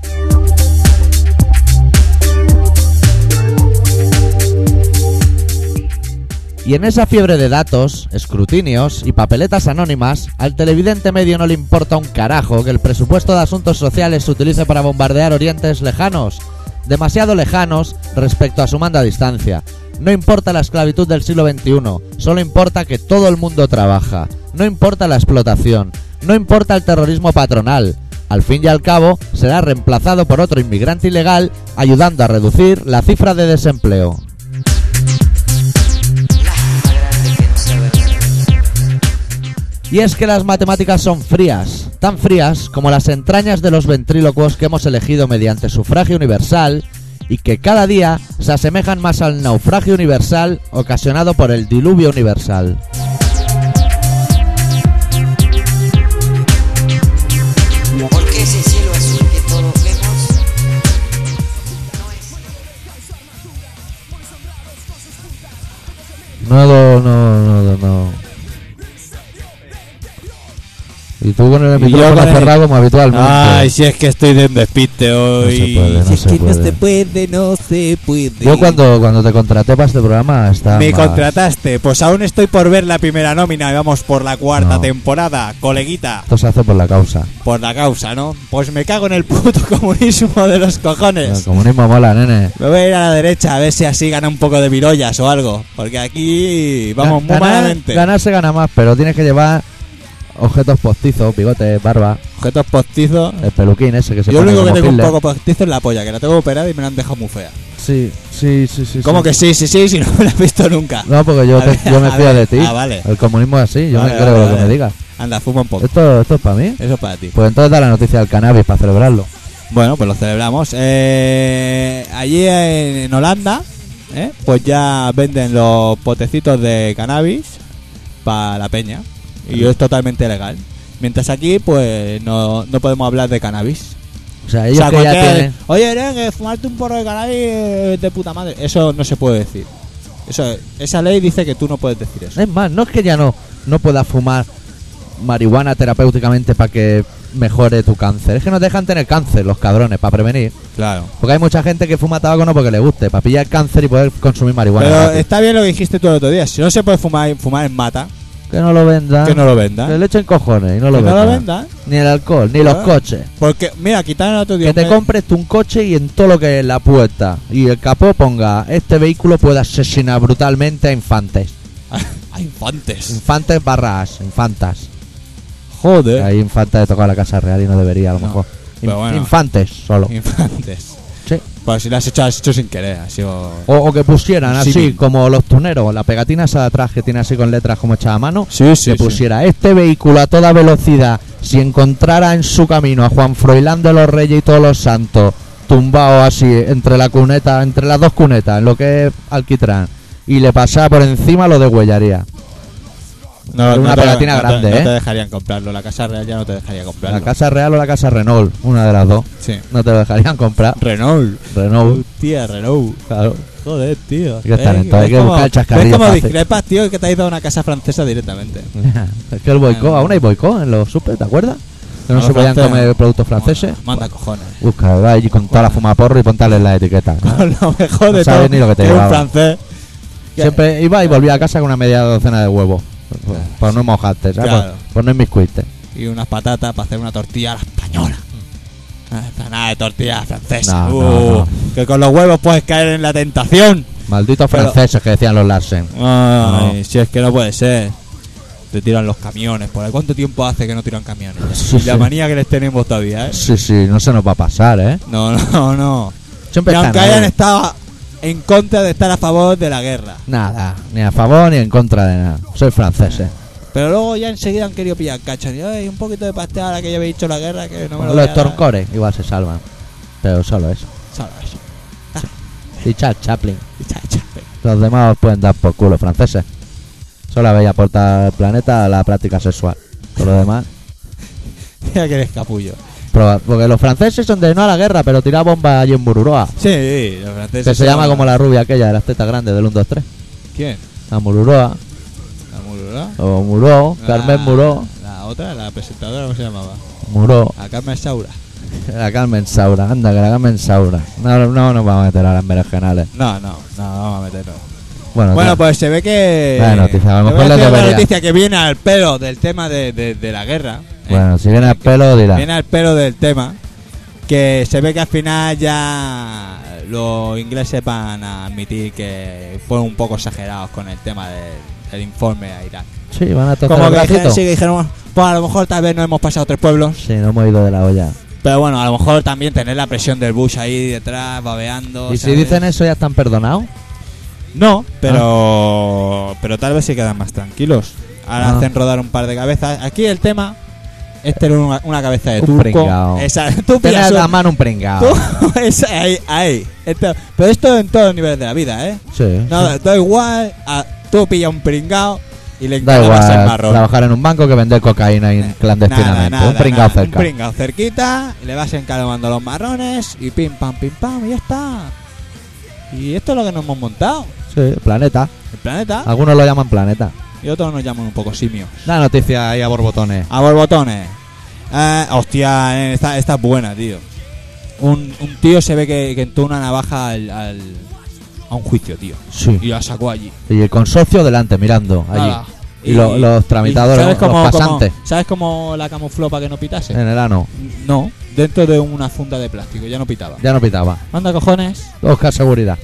B: Y en esa fiebre de datos, escrutinios y papeletas anónimas, al televidente medio no le importa un carajo que el presupuesto de asuntos sociales se utilice para bombardear orientes lejanos, demasiado lejanos respecto a su manda a distancia. No importa la esclavitud del siglo XXI, solo importa que todo el mundo trabaja, no importa la explotación, no importa el terrorismo patronal. Al fin y al cabo, será reemplazado por otro inmigrante ilegal, ayudando a reducir la cifra de desempleo. Y es que las matemáticas son frías, tan frías como las entrañas de los ventrílocuos que hemos elegido mediante sufragio universal y que cada día se asemejan más al naufragio universal ocasionado por el diluvio universal.
D: Porque ese cielo azul que todos vemos
B: No, no, no, no, no. Y tú con el
A: Y yo
B: micrófono
A: con el-
B: cerrado como habitualmente.
A: Ay, si es que estoy de un despiste hoy.
B: No se puede, no
A: si es
B: se
A: que no
B: puede.
A: se puede, no se puede.
B: Yo cuando, cuando te contraté para este programa estaba...
A: me
B: más-
A: contrataste, pues aún estoy por ver la primera nómina y vamos por la cuarta
B: No.
A: temporada, coleguita,
B: Esto se hace por la causa.
A: por la causa, ¿no? Pues me cago en el puto comunismo de los
B: El
A: cojones.
B: comunismo mola, nene.
A: Me voy a ir a la derecha a ver si así gana un poco de virollas o algo, porque aquí vamos muy
B: Ga- ganar,
A: malamente.
B: ganar se gana más, pero tienes que llevar objetos postizos, bigotes, barba,
A: Objetos postizos.
B: el peluquín ese que eh, se
A: Yo lo
B: pone
A: único que
B: como
A: tengo un
B: Hitler.
A: poco postizo es la polla, que la tengo operada y me la han dejado muy fea.
B: Sí, sí, sí, sí.
A: ¿Cómo
B: sí.
A: que sí, sí, sí, si no me la has visto nunca?
B: No, porque yo,
A: A
B: te-
A: ver,
B: yo me
A: a
B: fío
A: ver.
B: de ti.
A: Ah, vale.
B: El comunismo es así, yo
A: Vale,
B: me creo
A: vale,
B: lo que
A: vale. Pues-
B: me digas.
A: Anda, fuma un poco.
B: Esto, esto es para mí.
A: Eso es para ti.
B: Pues entonces da la noticia del cannabis para celebrarlo.
A: Bueno, pues lo celebramos. Eh, allí en, en Holanda, ¿eh? pues ya venden los potecitos de cannabis para la peña. Y es totalmente legal. Mientras aquí, pues no, no podemos hablar de cannabis.
B: O sea,
A: O
B: ellos
A: sea,
B: que ya
A: cualquiera
B: tienen.
A: de- Oye, Eren, que fumarte un porro de cannabis eh, de puta madre. Eso no se puede decir. Eso, esa ley dice que tú no puedes decir eso.
B: Es más, no es que ya no, no puedas fumar marihuana terapéuticamente para que mejore tu cáncer. Es que nos dejan tener cáncer los cabrones para prevenir.
A: Claro.
B: Porque hay mucha gente que fuma tabaco no porque le guste, para pillar cáncer y poder consumir marihuana.
A: Pero
B: gratis.
A: está bien lo que dijiste tú el otro día. Si no se puede fumar, fumar en mata,
B: que no lo vendan.
A: que no lo vendan.
B: Que Ah. le echen cojones y no lo
A: Que no
B: vendan.
A: lo vendan.
B: Ni el alcohol, ni los
A: Claro.
B: coches.
A: Porque, mira, quitaron el otro día.
B: Que
A: un
B: te
A: me-
B: compres tú un coche y en todo lo que es la puerta y el capó ponga este vehículo puede asesinar brutalmente a infantes.
A: a infantes.
B: Infantes barras, infantas.
A: Joder.
B: Hay infantas de tocar la casa real y no debería a lo
A: No,
B: mejor.
A: pero
B: In-
A: bueno.
B: Infantes solo.
A: Infantes.
B: Sí.
A: Pues si lo has hecho, lo has hecho sin querer. Ha sido.
B: O, o que pusieran
A: Un
B: así,
A: símil.
B: como los tuneros, la pegatina esa de atrás que tiene así con letras como echada a mano.
A: Sí, sí.
B: que pusiera este vehículo a toda velocidad, si encontrara en su camino a Juan Froilán de los Reyes y todos los santos, tumbado así entre la cuneta, entre las dos cunetas, en lo que es Alquitrán, y le pasara por encima lo de huellaría.
A: No,
B: Una
A: te-
B: pegatina
A: no te-
B: grande,
A: No
B: ¿eh?
A: te dejarían comprarlo. La Casa Real ya no te dejaría comprarlo.
B: La Casa Real o la Casa Renault, una de las dos.
A: Sí.
B: No te lo dejarían comprar.
A: Renault.
B: Renault,
A: Hostia, Renault.
B: claro.
A: Joder, tío.
B: que estar
A: Eh,
B: lento, hay
A: ves
B: que
A: cómo-
B: buscar el chascarrillo
A: ves cómo
B: fácil.
A: discrepas, tío, que te has ido a una casa francesa directamente.
B: es que el boicot, aún hay boicot en los super, ¿te acuerdas? Que no
A: Los
B: se podían
A: franceses.
B: comer productos franceses.
A: Manda, manda cojones.
B: Busca, va allí con toda la fumaporro y pontarle la etiqueta. ¿no?
A: Con lo mejor
B: No
A: de
B: sabes
A: todo.
B: ni lo que te
A: es un
B: llevaba.
A: francés. Que-
B: Siempre iba y volvía a casa con una media docena de huevos. Por, por no mojarte, ¿sabes?
A: Claro.
B: Por, por no inmiscuirte.
A: Y unas patatas para hacer una tortilla a la española. Ah, esta Nada de tortilla francesa.
B: Mm. No,
A: Uh,
B: no, no.
A: Que con los huevos puedes caer en la tentación.
B: Malditos
A: Pero-
B: franceses que decían los Larsen.
A: Ay, si es que no puede ser. Te tiran los camiones. ¿Por ahí cuánto tiempo hace que no tiran camiones?
B: Sí,
A: Y la
B: sí.
A: manía que les tenemos todavía, ¿eh?
B: Sí, sí, no se nos va a pasar, ¿eh?
A: No, no, no. Y
B: Siempre están
A: aunque
B: ahí.
A: hayan estado en contra de estar a favor de la guerra.
B: Nada, ni a favor ni en contra de nada. Soy ¿eh? franceses.
A: Pero luego ya enseguida han querido pillar cachas. Y "Ay, un poquito de pastel ahora que ya habéis hecho la guerra, que no me lo voy a dar".
B: los torcores igual se salvan. Pero solo eso.
A: Solo eso.
B: Y Charles Chaplin.
A: Y cha, cha, pe-
B: Los demás os pueden dar por culo, franceses. Solo habéis aportado al planeta la práctica sexual. Por lo demás,
A: Mira que eres capullo.
B: proba- porque los franceses son de no a la guerra, pero tirar bombas allí en Mururoa.
A: Sí, los franceses.
B: Que se
A: son-
B: llama como la rubia aquella de las tetas grandes del 1, 2, 3.
A: ¿Quién?
B: La Mururoa,
A: La Murula.
B: o Muró, Carmen
A: La-
B: Muró,
A: La otra, la presentadora, ¿cómo se llamaba?
B: Muró,
A: La Carmen Saura.
B: la Carmen Saura, anda, que la Carmen Saura. No, no nos vamos a meter ahora en berenjenales.
A: No, no, no, vamos a meternos.
B: Bueno,
A: Bueno,
B: tío,
A: pues se ve que.
B: Vaya noticia, a lo
A: Te
B: mejor
A: voy
B: les
A: decir una
B: debería.
A: noticia que viene al pelo del tema de, de- de la guerra. ¿eh?
B: bueno, si pues, viene al pelo dirá.
A: Viene al pelo del tema. Que se ve que al final ya los ingleses van a admitir que fueron un poco exagerados con el tema del, del informe a Irak.
B: Sí, van a tocar
A: Como
B: el
A: que dijeron,
B: bracito.
A: sí, que dijeron, bueno, pues a lo mejor tal vez no hemos pasado tres pueblos.
B: Sí, no hemos ido de la olla.
A: Pero bueno, a lo mejor también tener la presión del Bush ahí detrás, babeando.
B: Y si
A: ¿sabes?
B: dicen Ah. eso ya están perdonados.
A: No, pero pero tal vez se quedan más tranquilos. Ahora
B: Ah.
A: hacen rodar un par de cabezas. Aquí el tema, este era una, una cabeza de
B: Un
A: turco.
B: pringao.
A: Esa, tú
B: Tener
A: pillas
B: a la
A: un-
B: mano un pringao.
A: tú- esa, ahí, ahí. Esto- pero esto en todos los niveles de la vida, ¿eh?
B: Sí.
A: No, da igual, a, tú pillas un pringao y le
B: Da
A: encargas el
B: igual
A: marrón.
B: trabajar en un banco que vender cocaína in-
A: Nada,
B: clandestinamente.
A: nada,
B: un pringao
A: nada.
B: cerca.
A: Un pringao cerquita, y le vas encalmando los marrones y pim pam pim pam y ya está. Y esto es lo que nos hemos montado.
B: Sí, planeta.
A: El planeta.
B: Algunos lo llaman planeta.
A: Y otros nos llaman un poco simios.
B: La noticia ahí a borbotones.
A: A borbotones. Eh, hostia, eh, esta, esta es buena, tío. Un, un tío se ve que, que entró una navaja al, al- a un juicio, tío.
B: Sí.
A: Y la sacó allí.
B: Y el consorcio delante, mirando allí.
A: Nada.
B: Y lo- los tramitadores,
A: ¿sabes
B: los pasantes. Eh.
A: cómo- ¿Sabes cómo la camufló para que no pitase?
B: En el ano.
A: No, dentro de una funda de plástico, ya no pitaba.
B: Ya no pitaba.
A: Manda cojones.
B: Oscar Seguridad.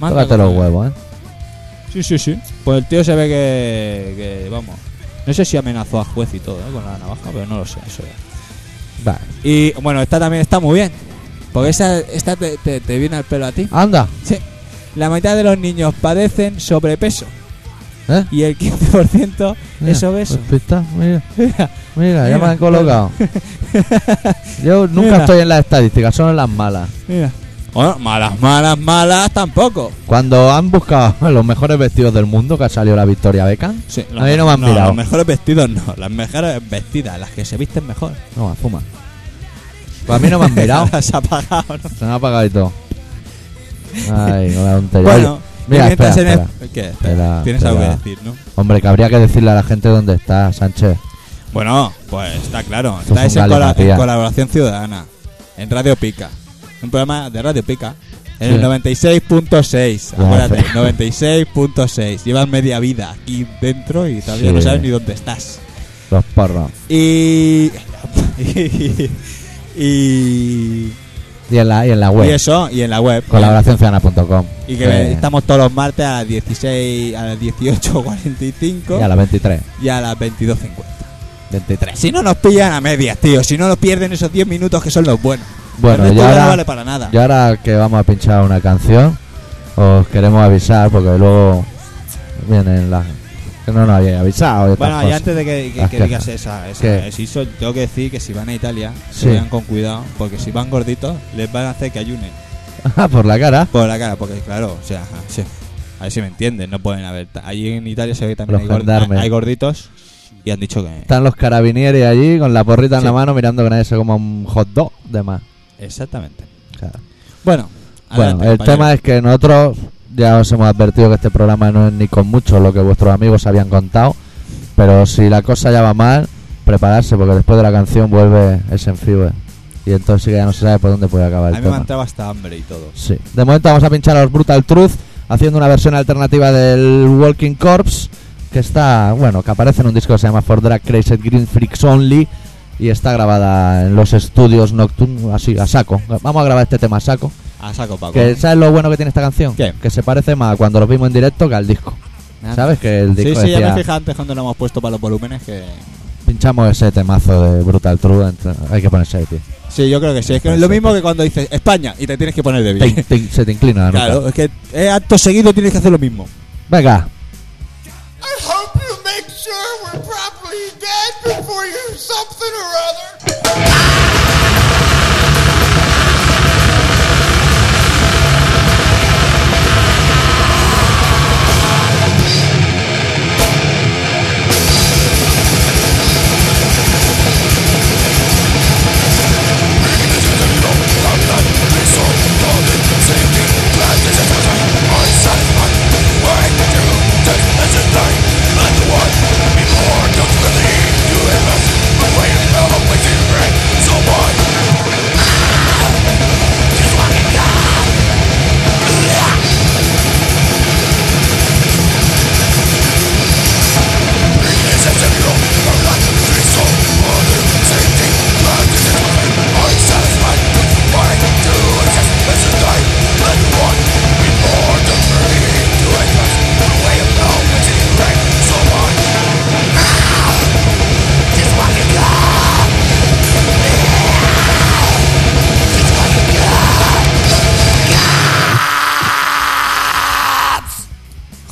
A: Manda
B: Tócate los
A: cojones.
B: huevos, ¿eh?
A: Sí, sí, sí. Pues el tío se ve que, que, vamos. No sé si amenazó a juez y todo, ¿eh? Con la navaja, pero no lo sé. Eso
B: Va.
A: Y bueno, esta también está muy bien. Porque esa, esta te, te- te viene al pelo a ti.
B: Anda.
A: Sí. La mitad de los niños padecen sobrepeso
B: ¿Eh?
A: y el 15% es obeso.
B: pues está, mira,
A: Mira,
B: mira, ya me
A: Mira.
B: han colocado. Yo nunca
A: Mira.
B: estoy en las estadísticas, son en las malas.
A: mira. Bueno, malas, malas, malas tampoco.
B: Cuando han buscado los mejores vestidos del mundo que ha salido la Victoria Beckham,
A: Sí,
B: A mí no me han mirado.
A: Los mejores vestidos no, las mejores vestidas, las que se visten mejor.
B: no, fuma. Pues a mí no me han mirado.
A: Se ha apagado, ¿no?
B: Se me ha apagado y todo. Ay, no la tontería.
A: Bueno,
B: mira,
A: y mientras
B: espera,
A: en el-
B: espera.
A: ¿Qué?
B: Espera,
A: Tienes algo
B: espera.
A: que decir, ¿no?
B: Hombre, que habría que decirle a la gente dónde está, Sánchez.
A: Bueno, pues está claro.
B: Esto
A: Estáis
B: fue
A: en,
B: un
A: cola-
B: galimatías.
A: en colaboración ciudadana. En Radio Pica. Un programa de Radio Pica. En el
B: Sí.
A: 96.6.
B: Ya,
A: Acuérdate,
B: pero-
A: 96.6. Llevas media vida aquí dentro y todavía
B: Sí.
A: no sabes ni dónde estás.
B: Los porros.
A: Y. y, y
B: Y en la, y en la web.
A: eso, y en la web.
B: Colaboracionciudadana.com.
A: Y que
B: Eh,
A: estamos todos los martes a las 16, a las 18.45
B: Y a las 23.
A: y a las 22.50.
B: 23.
A: Si no nos pillan a medias, tío. Si no nos pierden esos 10 minutos que son los buenos.
B: Bueno,
A: El resto
B: y
A: ya
B: ahora,
A: no vale para nada.
B: y ahora que vamos a pinchar una canción, os queremos avisar porque luego vienen las. que no nos habéis avisado. y otras
A: Bueno, y
B: cosas.
A: antes de que, que-
B: Las
A: que digas
B: quejas.
A: esa, esa-
B: Ah, ¿Qué?
A: si son- tengo que decir que si van a Italia,
B: Sí.
A: se vayan con cuidado, porque si van gorditos, les van a hacer que ayunen
B: Ah, por la cara.
A: por la cara, porque claro, o sea,
B: Ah,
A: ajá, sí. a ver si me entienden, no pueden haber. ta- Allí en Italia se ve que también hay,
B: Los
A: gor-
B: gendarmes.
A: hay gorditos y han dicho que.
B: Están los carabinieri allí con la porrita en
A: Sí.
B: la mano mirando que nadie se coma un hot dog de más.
A: Exactamente.
B: O sea,
A: Bueno,
B: Bueno, el tema es que nosotros ya os hemos advertido que este programa no es ni con mucho lo que vuestros amigos habían contado, pero si la cosa ya va mal, prepararse porque después de la canción vuelve ese Fever y entonces sí que ya no se sabe por dónde puede acabar
A: A
B: el
A: mí me ha
B: tema.
A: entrado hasta hambre y todo.
B: Sí. De momento vamos a pinchar a los Brutal Truth haciendo una versión alternativa del Walking Corpse que está, bueno, que aparece en un disco que se llama For Drag Crazy Green Freaks Only y está grabada en los estudios nocturnos así a saco. Vamos a grabar este tema a saco.
A: A saco, Paco.
B: Que, ¿Sabes lo bueno que tiene esta canción?
A: ¿Qué?
B: Que se parece más a cuando los vimos en directo que al disco.
A: Ah.
B: ¿Sabes? Que el
A: Sí,
B: disco
A: sí, ya me
B: decía,
A: he fijado antes cuando lo hemos puesto para los volúmenes que.
B: pinchamos ese temazo de Brutal Truth, ent- hay que ponerse de pie.
A: Sí, yo creo que sí. Es que es lo mismo que cuando dices España y te tienes que poner de
B: Te
A: bien.
B: in- te in- se te inclina la nuca.
A: Claro, es que eh, acto seguido tienes que hacer lo mismo.
B: Venga,
E: I hope you make sure we're properly dead before you do something or other.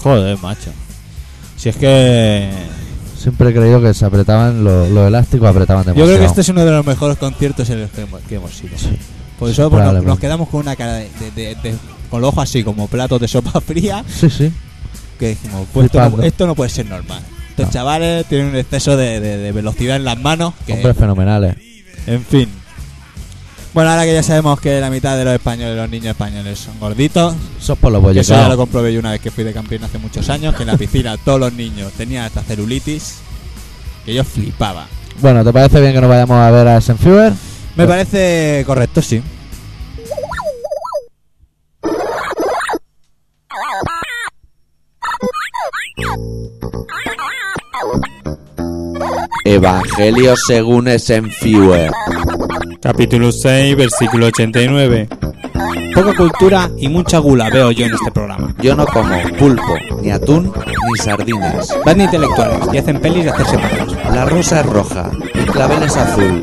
A: Joder, macho. Si es que.
B: siempre he creído que se apretaban lo- los elásticos, apretaban
A: Yo
B: demasiado.
A: creo que este es uno de los mejores conciertos en los que hemos, que hemos ido. Por eso pues, nos,
B: probablemente.
A: nos quedamos con una cara de, de- de- de- con los ojos así, como platos de sopa fría,
B: Sí, sí.
A: que dijimos, pues esto no,
B: Flipando.
A: esto no puede ser normal. Estos
B: No.
A: chavales tienen un exceso de, de- de velocidad en las manos. Que,
B: Hombres fenomenales.
A: En fin. Bueno, ahora que ya sabemos que la mitad de los españoles, los niños españoles, son gorditos,
B: Sos por los
A: Que Eso ya lo
B: bollecaos.
A: comprobé yo una vez que fui de campeón hace muchos años, que en la piscina todos los niños tenían hasta celulitis, que yo flipaba.
B: Bueno, ¿te parece bien que nos vayamos a ver a Senfewer?
A: Me parece correcto, sí.
F: Evangelio según es en Fiue.
A: Capítulo 6, versículo 89. Poca cultura y mucha gula veo yo en este programa.
F: Yo no como pulpo, ni atún, ni sardinas.
A: Van de intelectuales y hacen pelis de hacerse malos.
F: La rosa es roja, el clavel es azul.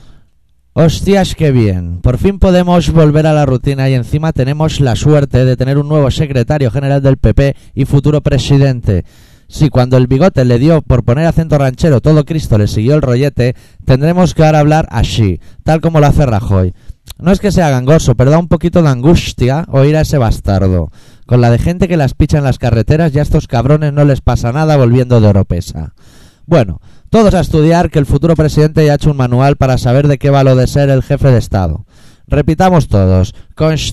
B: Hostias, qué bien. Por fin podemos volver a la rutina y encima tenemos la suerte de tener un nuevo secretario general del PP y futuro presidente. Si cuando el bigote le dio por poner acento ranchero todo Cristo le siguió el rollete, tendremos que ahora hablar así, tal como lo hace Rajoy. No es que sea gangoso, pero da un poquito de angustia oír a ese bastardo. Con la de gente que las picha en las carreteras y a estos cabrones no les pasa nada volviendo de Oropesa. Bueno, todos a estudiar que el futuro presidente ya ha hecho un manual para saber de qué va lo de ser el jefe de Estado. Repitamos todos.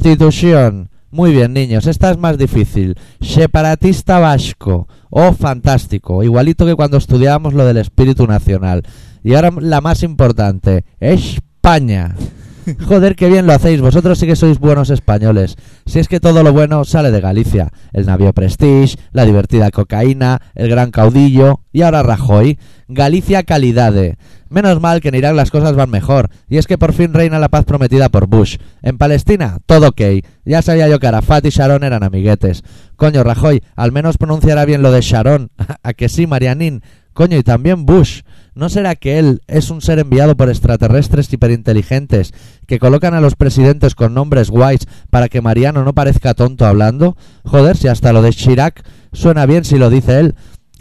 B: Constitución. Muy bien, niños, esta es más difícil. Separatista vasco. Oh, fantástico. Igualito que cuando estudiábamos lo del espíritu nacional. Y ahora la más importante. España. Joder, qué bien lo hacéis. Vosotros sí que sois buenos españoles. Si es que todo lo bueno sale de Galicia. El navío Prestige, la divertida cocaína, el gran caudillo y ahora Rajoy. Galicia calidade. Menos mal que en Irak las cosas van mejor. Y es que por fin reina la paz prometida por Bush. En Palestina, todo ok. Ya sabía yo que Arafat y Sharon eran amiguetes. Coño, Rajoy, al menos pronunciará bien lo de Sharon. ¿A que sí, Marianín? Coño, y también Bush. ¿No será que él es un ser enviado por extraterrestres hiperinteligentes que colocan a los presidentes con nombres guays para que Mariano no parezca tonto hablando? Joder, si hasta lo de Chirac suena bien si lo dice él.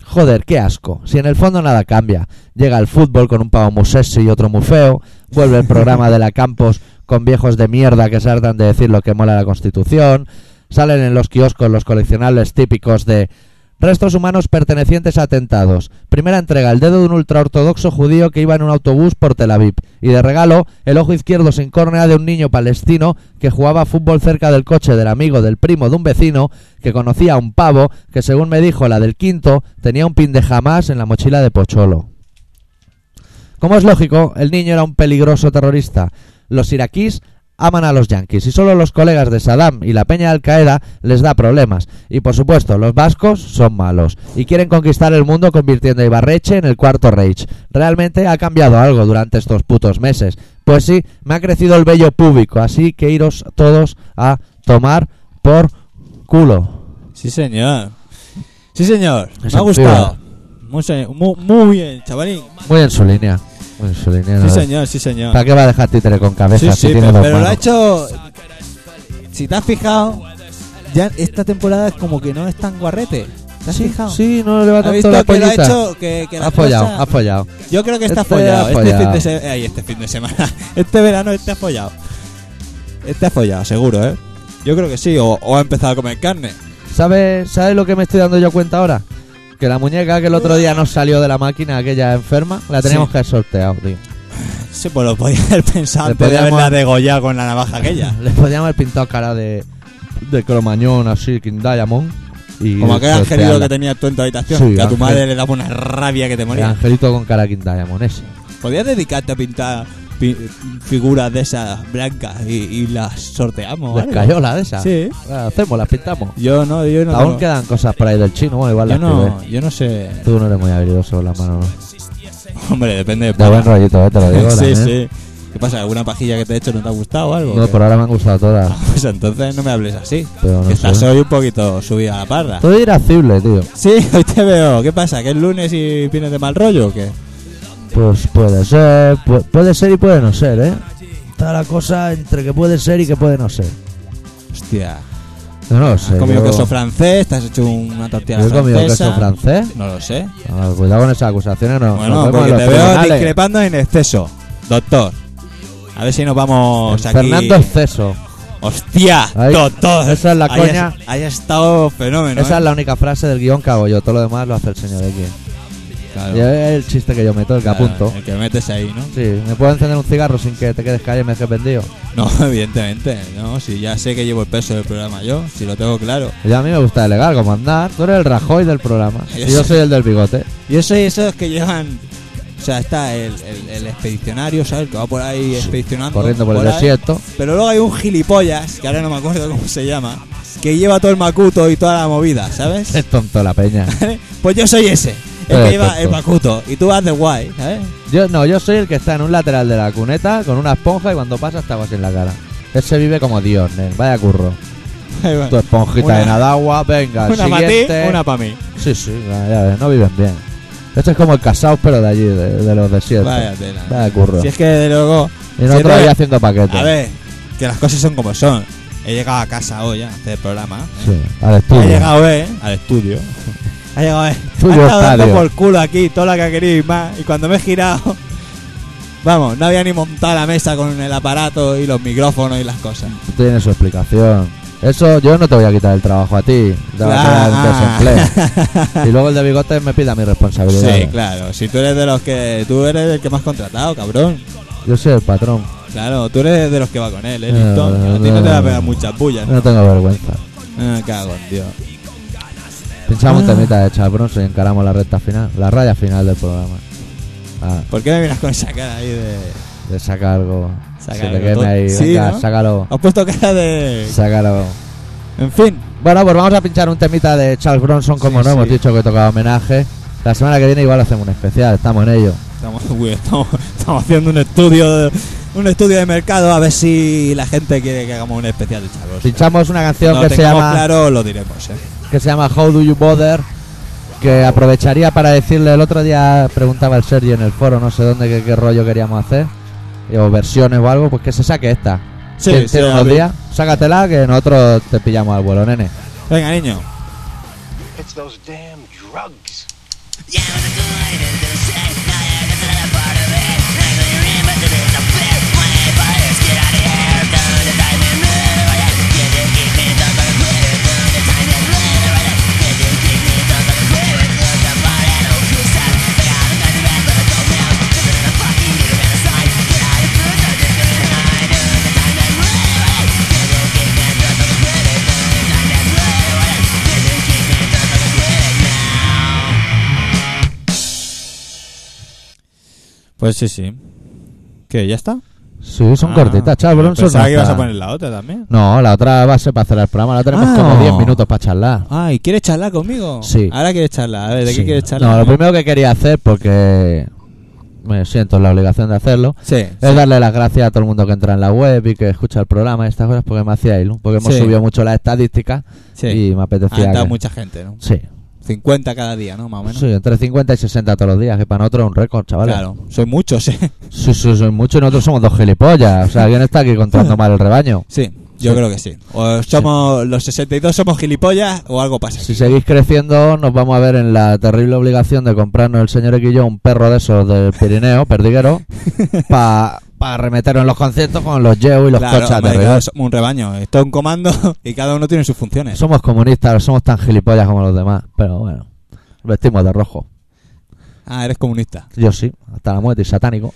B: Joder, qué asco. Si en el fondo nada cambia. Llega el fútbol con un pavo muy sexy y otro muy feo. Vuelve el programa de la Campos con viejos de mierda que se hartan de decir lo que mola la Constitución. Salen en los kioscos los coleccionables típicos de restos humanos pertenecientes a atentados. Primera entrega, el dedo de un ultraortodoxo judío que iba en un autobús por Tel Aviv. Y de regalo, el ojo izquierdo sin córnea de un niño palestino que jugaba a fútbol cerca del coche del amigo del primo de un vecino que conocía a un pavo que, según me dijo la del quinto, tenía un pin de jamás en la mochila de Pocholo. Como es lógico, el niño era un peligroso terrorista. Los iraquíes aman a los yanquis y solo los colegas de Saddam y la peña de Al Qaeda les da problemas. Y por supuesto, los vascos son malos y quieren conquistar el mundo convirtiendo a Ibarreche en el cuarto Reich. Realmente ha cambiado algo durante estos putos meses. Pues sí, me ha crecido el vello público, así que iros todos a tomar por culo.
A: Sí, señor. Sí, señor. Me ha
B: Efectiva.
A: gustado. Muy, se- mu- muy bien, chavalín.
B: Muy en su línea. Muy en su línea.
A: Sí,
B: ¿no?
A: señor, sí, señor.
B: ¿Para qué va a dejar títere con cabeza?
A: Sí, sí,
B: si tiene
A: pero,
B: dos
A: pero lo ha
B: manos?
A: hecho. Si te has fijado, ya esta temporada es como que no es tan guarrete. ¿Te has fijado?
B: Sí, no le va
A: ¿Has
B: tanto
A: visto
B: la
A: que lo ha
B: pollita.
A: hecho? Que, que
B: Ha
A: las
B: follado,
A: cosas-
B: ha follado.
A: Yo creo que está
B: Este
A: follado.
B: ha
A: Este,
B: follado.
A: Fin de se- ay, este fin de semana. Este verano este ha follado. Este ha follado, seguro, ¿eh? Yo creo que sí. O, o ha empezado a comer carne.
B: ¿Sabes sabe lo que me estoy dando yo cuenta ahora? Que la muñeca que el otro día nos salió de la máquina, aquella enferma, la teníamos
A: Sí.
B: que haber sorteado, tío.
A: Sí, pues lo podía haber pensado
B: Le
A: antes de
B: podíamos-
A: haberla degollado con la navaja aquella.
B: Le podíamos haber pintado cara de, de cromañón, así, King Diamond. Y
A: Como aquel
B: sortearla.
A: angelito que tenías tú en tu habitación,
B: Sí,
A: que a tu
B: ángel.
A: madre le daba una rabia que te
B: El
A: moría.
B: angelito con cara King Diamond, ese.
A: ¿Podías dedicarte a pintar pi- figuras de esas blancas y, y las sorteamos? o algo?
B: Descayola de esa.
A: Sí.
B: La hacemos, las pintamos.
A: Yo no, yo no.
B: Aún
A: tengo-
B: quedan cosas por ahí del chino, bueno, igual
A: yo
B: las
A: no,
B: pibes.
A: yo no sé.
B: Tú no eres muy habilidoso con las manos, ¿no?
A: Hombre, depende de.
B: Da buen rollito, eh, te lo digo.
A: sí,
B: la, eh.
A: sí. ¿Qué pasa? ¿Alguna pajilla que te he hecho no te ha gustado o algo?
B: No,
A: ¿Qué?
B: por ahora me han gustado todas.
A: Pues entonces no me hables así.
B: Pero no
A: que estás
B: sé.
A: hoy un poquito subida a la parda.
B: Todo irascible, tío.
A: Sí, hoy te veo. ¿Qué pasa? ¿Que es lunes y vienes de mal rollo o qué?
B: Pues puede ser, pu- puede ser y puede no ser, ¿eh? Está la cosa entre que puede ser y que puede no ser.
A: Hostia.
B: No, no lo sé.
A: ¿Has comido
B: yo-
A: queso francés? ¿Te has hecho una tortilla
B: yo he comido queso
A: francesa?
B: francés.
A: No lo sé.
B: Ah, cuidado con esas acusaciones, no. nos
A: Bueno,
B: vemos
A: porque
B: en
A: te
B: los
A: veo
B: tribunales.
A: discrepando en exceso, doctor. A ver si nos vamos aquí.
B: Fernando Exceso.
A: ¡Hostia!
B: Ahí-
A: ¡Doctor!
B: esa es la
A: Ahí has-
B: coña.
A: Ahí ha estado fenómeno.
B: Esa
A: ¿eh?
B: es la única frase del guión que hago yo. Todo lo demás lo hace el señor X.
A: Claro,
B: Y es el chiste que yo meto, el que
A: claro,
B: apunto.
A: El que metes ahí, ¿no?
B: Sí, ¿me puedo encender un cigarro sin que te quedes callado y me dejes vendido?
A: No, evidentemente. No, si ya sé que llevo el peso del programa yo, si lo tengo claro.
B: Y a mí me gusta delegar, como andar. Tú eres el Rajoy del programa.
A: Yo
B: Y yo
A: soy-
B: soy el del bigote.
A: Yo soy esos que llevan. O sea, está el, el- el expedicionario, ¿sabes? Que va por ahí expedicionando.
B: Corriendo por el
A: ahí.
B: desierto.
A: Pero luego hay un gilipollas, que ahora no me acuerdo cómo se llama, que lleva todo el macuto y toda la movida, ¿sabes?
B: Es tonto la peña.
A: Pues yo soy ese, el
B: Eh,
A: que lleva
B: tonto.
A: el macuto. Y tú vas de guay, ¿sabes?
B: Yo no, yo soy el que está en un lateral de la cuneta con una esponja y cuando pasa está así en la cara. Ese vive como Dios, nen. Vaya curro.
A: Ahí va.
B: Tu esponjita
A: Una-
B: de nada agua, venga, el
A: Una para ti,
B: siguiente.
A: una para mí.
B: Sí, sí, ya, ya ves, no viven bien. Este es como el casado, pero de allí, de, de los desiertos.
A: Vaya tela.
B: Vaya curro.
A: Si es que de luego
B: Y nosotros
A: Siempre-
B: ahí haciendo paquetes.
A: A ver, que las cosas son como son. He llegado a casa hoy a hacer el programa.
B: Sí, al
A: Ha
B: estudio.
A: llegado eh, al estudio. Ha llegado eh.
B: Estudio
A: ha estado dando
B: estadio.
A: por culo aquí toda la que ha querido y más. Y cuando me he girado, vamos, no había ni montado la mesa con el aparato y los micrófonos y las cosas.
B: Tiene su explicación. Eso yo no te voy a quitar el trabajo a ti. Te va a
A: Ah.
B: quedar en desempleo. y luego el de bigotes me pida mi responsabilidad.
A: Sí, claro. Si tú eres de los que. Tú eres el que más contratado, cabrón.
B: Yo soy el patrón.
A: Claro, tú eres de los que va con él, ¿eh?
B: Eh,
A: Listón. a ti no te va a pegar
B: no.
A: muchas bullas.
B: No tengo vergüenza.
A: Ah, cago en Dios.
B: Pinchamos un
A: Ah.
B: temita de Charles Bronson y encaramos la recta final, la raya final del programa. Ah,
A: ¿Por qué me miras con esa cara ahí de.?
B: de saca algo.
A: Saca
B: Se te
A: algo
B: queme
A: todo.
B: ahí.
A: Sí,
B: Venga,
A: ¿no?
B: sácalo.
A: Has puesto cara de.
B: Sácalo.
A: En fin.
B: Bueno, pues vamos a pinchar un temita de Charles Bronson, como
A: Sí,
B: no hemos
A: sí.
B: dicho que tocaba homenaje. La semana que viene igual hacemos un especial, estamos en ello.
A: Estamos, uy, estamos, estamos haciendo un estudio un estudio de mercado a ver si la gente quiere que hagamos un especial de chavos.
B: Pinchamos una canción
A: Cuando
B: que se
A: tengamos
B: llama
A: claro lo diremos. ¿eh?
B: que se llama How Do You Bother, que aprovecharía para decirle, el otro día preguntaba el Sergio en el foro, no sé dónde, qué, qué rollo queríamos hacer, eh, o versiones o algo, pues que se saque esta.
A: Sí,
B: Tien-
A: sí,
B: tiene unos
A: a ver.
B: días, sácatela que nosotros te pillamos al vuelo, nene.
A: Venga, niño.
G: It's those damn drugs.
A: Pues sí, sí. ¿Qué? ¿Ya está?
B: Sí, son
A: Ah,
B: cortitas, Charles Bronson.
A: Pensaba
B: no
A: que ibas
B: está-
A: a poner la otra también.
B: No, la otra va a ser para cerrar el programa, la tenemos
A: Ah.
B: como 10 minutos para charlar.
A: Ay, Ah, ¿quieres charlar conmigo?
B: Sí.
A: Ahora quieres charlar. A ver, Ah, ¿de
B: Sí.
A: qué quieres charlar?
B: No, lo primero que quería hacer, porque me siento en la obligación de hacerlo,
A: Sí.
B: Es darle las gracias a todo el mundo que entra en la web y que escucha el programa y estas cosas porque me hacía ilusión, porque hemos
A: Sí.
B: subido mucho las estadísticas
A: sí.
B: y me
A: Ha
B: apetecía.
A: entrado
B: que-
A: mucha gente, ¿no?
B: Sí.
A: 50 cada día, ¿no? Más o menos.
B: Sí, entre 50 y 60 todos los días, que para nosotros es un récord, chavales.
A: Claro. Son muchos, ¿eh?
B: Sí, sí, soy mucho y nosotros somos dos gilipollas. O sea, ¿quién está aquí contando mal el rebaño?
A: Sí, yo
B: Sí.
A: creo que sí. O somos los 62 somos gilipollas o algo pasa.
B: Si
A: aquí.
B: seguís creciendo, nos vamos a ver en la terrible obligación de comprarnos el señor Equillo un perro de esos del Pirineo, perdiguero, para remeternos en los conciertos con los Yeo y los
A: Claro,
B: cochas de
A: hombre,
B: rival.
A: claro, somos un rebaño. Esto es un comando y cada uno tiene sus funciones.
B: Somos comunistas, somos tan gilipollas como los demás, pero bueno, nos vestimos de rojo.
A: Ah, eres comunista.
B: Yo sí, hasta la muerte y satánico.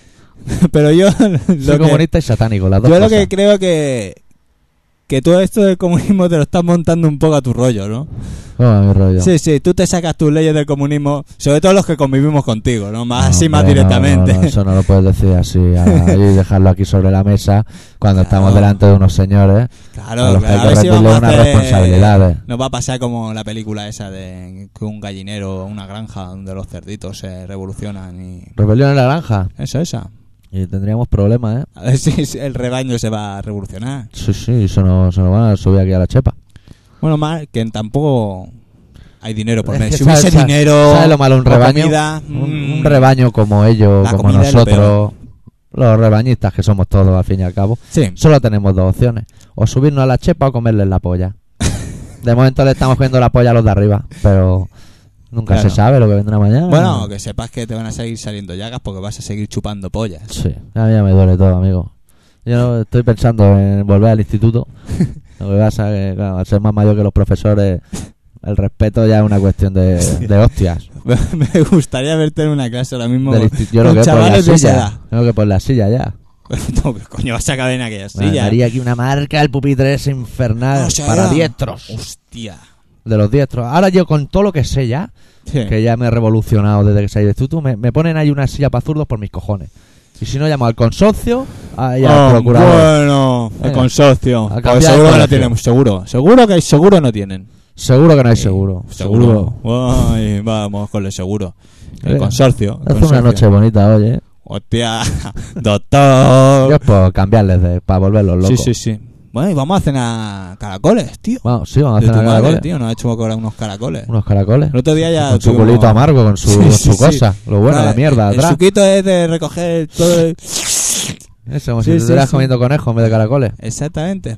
A: Pero yo
B: Soy
A: lo que,
B: comunista y satánico, las dos
A: yo lo
B: cosas.
A: que creo que que todo esto del comunismo te lo estás montando un poco a tu rollo, ¿no?
B: Bueno, Oh, mi rollo.
A: Sí, sí, tú te sacas tus leyes del comunismo, sobre todo los que convivimos contigo, ¿no? Más
B: No,
A: así, más
B: hombre, no,
A: directamente.
B: no, no, eso no lo puedes decir así ahora, y dejarlo aquí sobre la mesa cuando
A: Claro.
B: estamos delante de unos señores
A: Claro,
B: a los que
A: claro,
B: hay que
A: a ver si
B: rendirle eh.
A: vamos a
B: unas
A: hacer-
B: responsabilidades.
A: Nos va a pasar como la película esa de que un gallinero, una granja donde los cerditos se revolucionan y...
B: Rebelión en la granja.
A: Eso, esa.
B: Y tendríamos problemas, ¿eh?
A: A ver si si el rebaño se va a revolucionar.
B: Sí, sí, se nos, se nos van a subir aquí a la chepa.
A: Bueno, más que tampoco hay dinero por
B: Es
A: medio.
B: que
A: Si hubiese
B: ¿sabes-
A: dinero,
B: ¿Sabes lo malo? Un
A: o
B: rebaño.
A: comida,
B: un,
A: mm,
B: un rebaño como ellos,
A: La
B: como
A: comida es lo
B: nosotros. Los rebañistas que somos todos, al fin y al cabo.
A: Sí,
B: Solo tenemos dos opciones: o subirnos a la chepa o comerles la polla. De momento le estamos cogiendo la polla a los de arriba, pero nunca
A: Claro.
B: se sabe lo que vendrá mañana.
A: bueno, que sepas que te van a seguir saliendo llagas porque vas a seguir chupando pollas.
B: Sí, a mí ya me duele todo, amigo. Yo estoy pensando en volver al instituto. Lo que pasa es que, claro, al ser más mayor que los profesores, el respeto ya es una cuestión de, de hostias.
A: Me gustaría verte en una clase ahora mismo
B: Del
A: con,
B: insti- yo lo que por la
A: chavales de esa
B: silla.
A: edad.
B: Yo lo que por la silla ya.
A: No, que coño vas a caber en aquella
B: Me
A: silla.
B: daría aquí una marca al pupitre ese infernal
A: O sea,
B: Ah, para
A: era-
B: diestros.
A: Hostia.
B: De los diestros. Ahora yo con todo lo que sé ya,
A: Sí.
B: que ya me he revolucionado desde que salí de Instituto, me, me ponen ahí una silla para zurdos por mis cojones. Y si no, llamo al consorcio ah, y al
A: Oh,
B: procurador.
A: bueno, el
B: Venga.
A: consorcio.
B: A
A: Pues
B: cambiar de
A: seguro que no
B: colegio.
A: tienen, seguro. Seguro que hay seguro no tienen.
B: Seguro que no hay seguro.
A: Seguro. Ay, vamos con el seguro. El
B: Eh,
A: consorcio. el
B: Hace una
A: consorcio.
B: noche bonita hoy, ¿eh?
A: Hostia,
B: Yo es
A: doctor.
B: por cambiarles de, para volverlos
A: Sí,
B: locos.
A: sí, sí. Bueno, y vamos a cenar caracoles, tío.
B: Vamos, sí, vamos a
A: De
B: hacer
A: tu
B: unos
A: madre,
B: caracoles.
A: tío. Nos ha hecho cobrar unos caracoles.
B: Unos caracoles.
A: El otro día ya.
B: Con su
A: tuvimos-
B: culito amargo, con su,
A: Sí,
B: con
A: sí,
B: su
A: sí.
B: cosa. Lo bueno,
A: Claro,
B: la mierda,
A: el- El
B: atrás.
A: suquito es de recoger todo. el-
B: Eso, como
A: Sí, sí,
B: si te estuvieras
A: sí.
B: comiendo conejos en vez de caracoles.
A: Exactamente.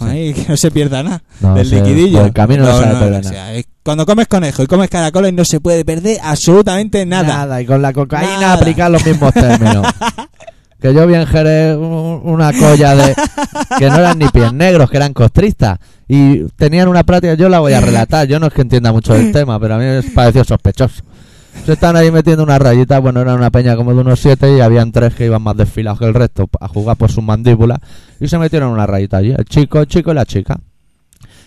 A: Ahí, que no se pierda nada
B: No,
A: del
B: o sea,
A: liquidillo.
B: por el camino no se pierde
A: o
B: nada.
A: sea, eh, cuando comes conejo y comes caracoles no se puede perder absolutamente nada.
B: y con la cocaína
A: Nada.
B: aplicar los mismos términos. que yo vi en Jerez un- una colla de. que no eran ni pies negros, que eran costristas. Y tenían una práctica, yo la voy a relatar, yo no es que entienda mucho del tema, pero a mí me pareció sospechoso. Se están ahí metiendo una rayita, bueno, era una peña como de unos siete y habían tres que iban más desfilados que el resto a jugar por sus mandíbulas y se metieron una rayita allí, el chico, el chico y la chica.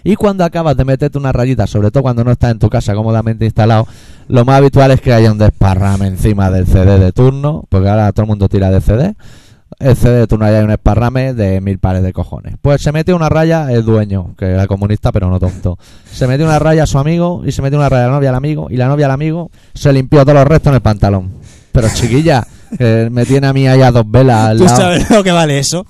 B: Y cuando acabas de meterte una rayita, sobre todo cuando no estás en tu casa cómodamente instalado, lo más habitual es que haya un desparrame encima del CD de turno, porque ahora todo el mundo tira de CD. El CD de turno ahí hay un esparrame de mil pares de cojones. Pues se mete una raya el dueño, que era comunista pero no tonto. Se metió una raya a su amigo y se metió una raya a la novia al amigo y la novia al amigo se limpió todos los restos en el pantalón. Pero chiquilla, que me tiene a mí ahí a dos velas al
A: Tú
B: lado.
A: sabes lo que vale eso.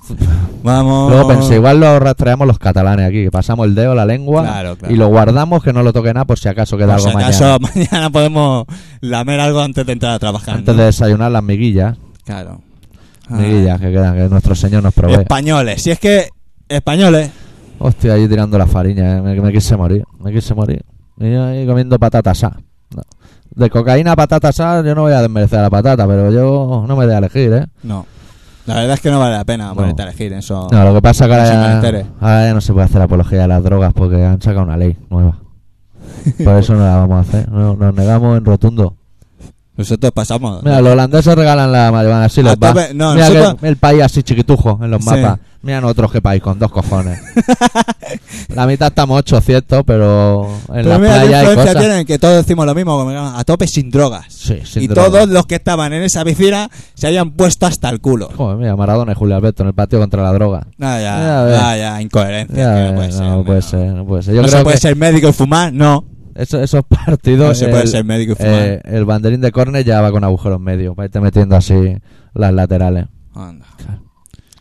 A: Vamos.
B: Luego pensé, igual lo rastreamos los catalanes aquí, que pasamos el dedo, la lengua
A: Claro, claro.
B: y lo guardamos que no lo toque nada por si acaso queda
A: Por si
B: algo mañana.
A: acaso, mañana. podemos lamer algo antes de entrar a trabajar.
B: Antes
A: ¿no?
B: de desayunar las miguillas,
A: Claro.
B: miguillas que quedan, que nuestro señor nos
A: Ah,
B: provee.
A: españoles. Si es que. Españoles.
B: Hostia, allí tirando la fariña, eh, me, me quise morir, me quise morir. Y yo ahí comiendo patata asada. No. De cocaína a patata asada, yo no voy a desmerecer a la patata, pero yo no me de elegir, ¿eh?
A: No. La verdad es que no vale la pena
B: No.
A: ponerte a elegir en eso.
B: No, lo que pasa es que ahora
A: Sin
B: ya,
A: menesteres.
B: ahora ya no se puede hacer apología de las drogas porque han sacado una ley nueva. Por eso no la vamos a hacer, no- nos negamos en rotundo.
A: Nosotros pasamos.
B: Mira, los holandeses regalan la marihuana, así los
A: A
B: va.
A: tope, Ah, no,
B: Mira
A: nosotros-
B: que el país así chiquitujo en los
A: Sí.
B: mapas. Mira nosotros qué país, con dos cojones. la mitad estamos 800, pero en
A: Pero Pues mira
B: las
A: qué
B: playas hay
A: influencia
B: cosas.
A: tienen que todos decimos lo mismo, como que a tope sin drogas.
B: Sí, sin
A: y
B: drogas.
A: todos los que estaban en esa piscina se hayan puesto hasta el culo.
B: Joder, mira, Maradona y Julio Alberto en el patio contra la droga.
A: Ah, ya,
B: Ya ves.
A: ah, ya, incoherencia.
B: Ya
A: que
B: ves,
A: no puede ser.
B: no
A: hombre,
B: puede
A: no.
B: ser, no puede ser. Yo
A: no
B: creo
A: se puede
B: que
A: ser médico y fumar, no.
B: eso- esos partidos.
A: No se puede ser médico y fumar.
B: eh, el banderín de córner ya va con agujeros medios. Va a irte metiendo así las laterales.
A: Anda,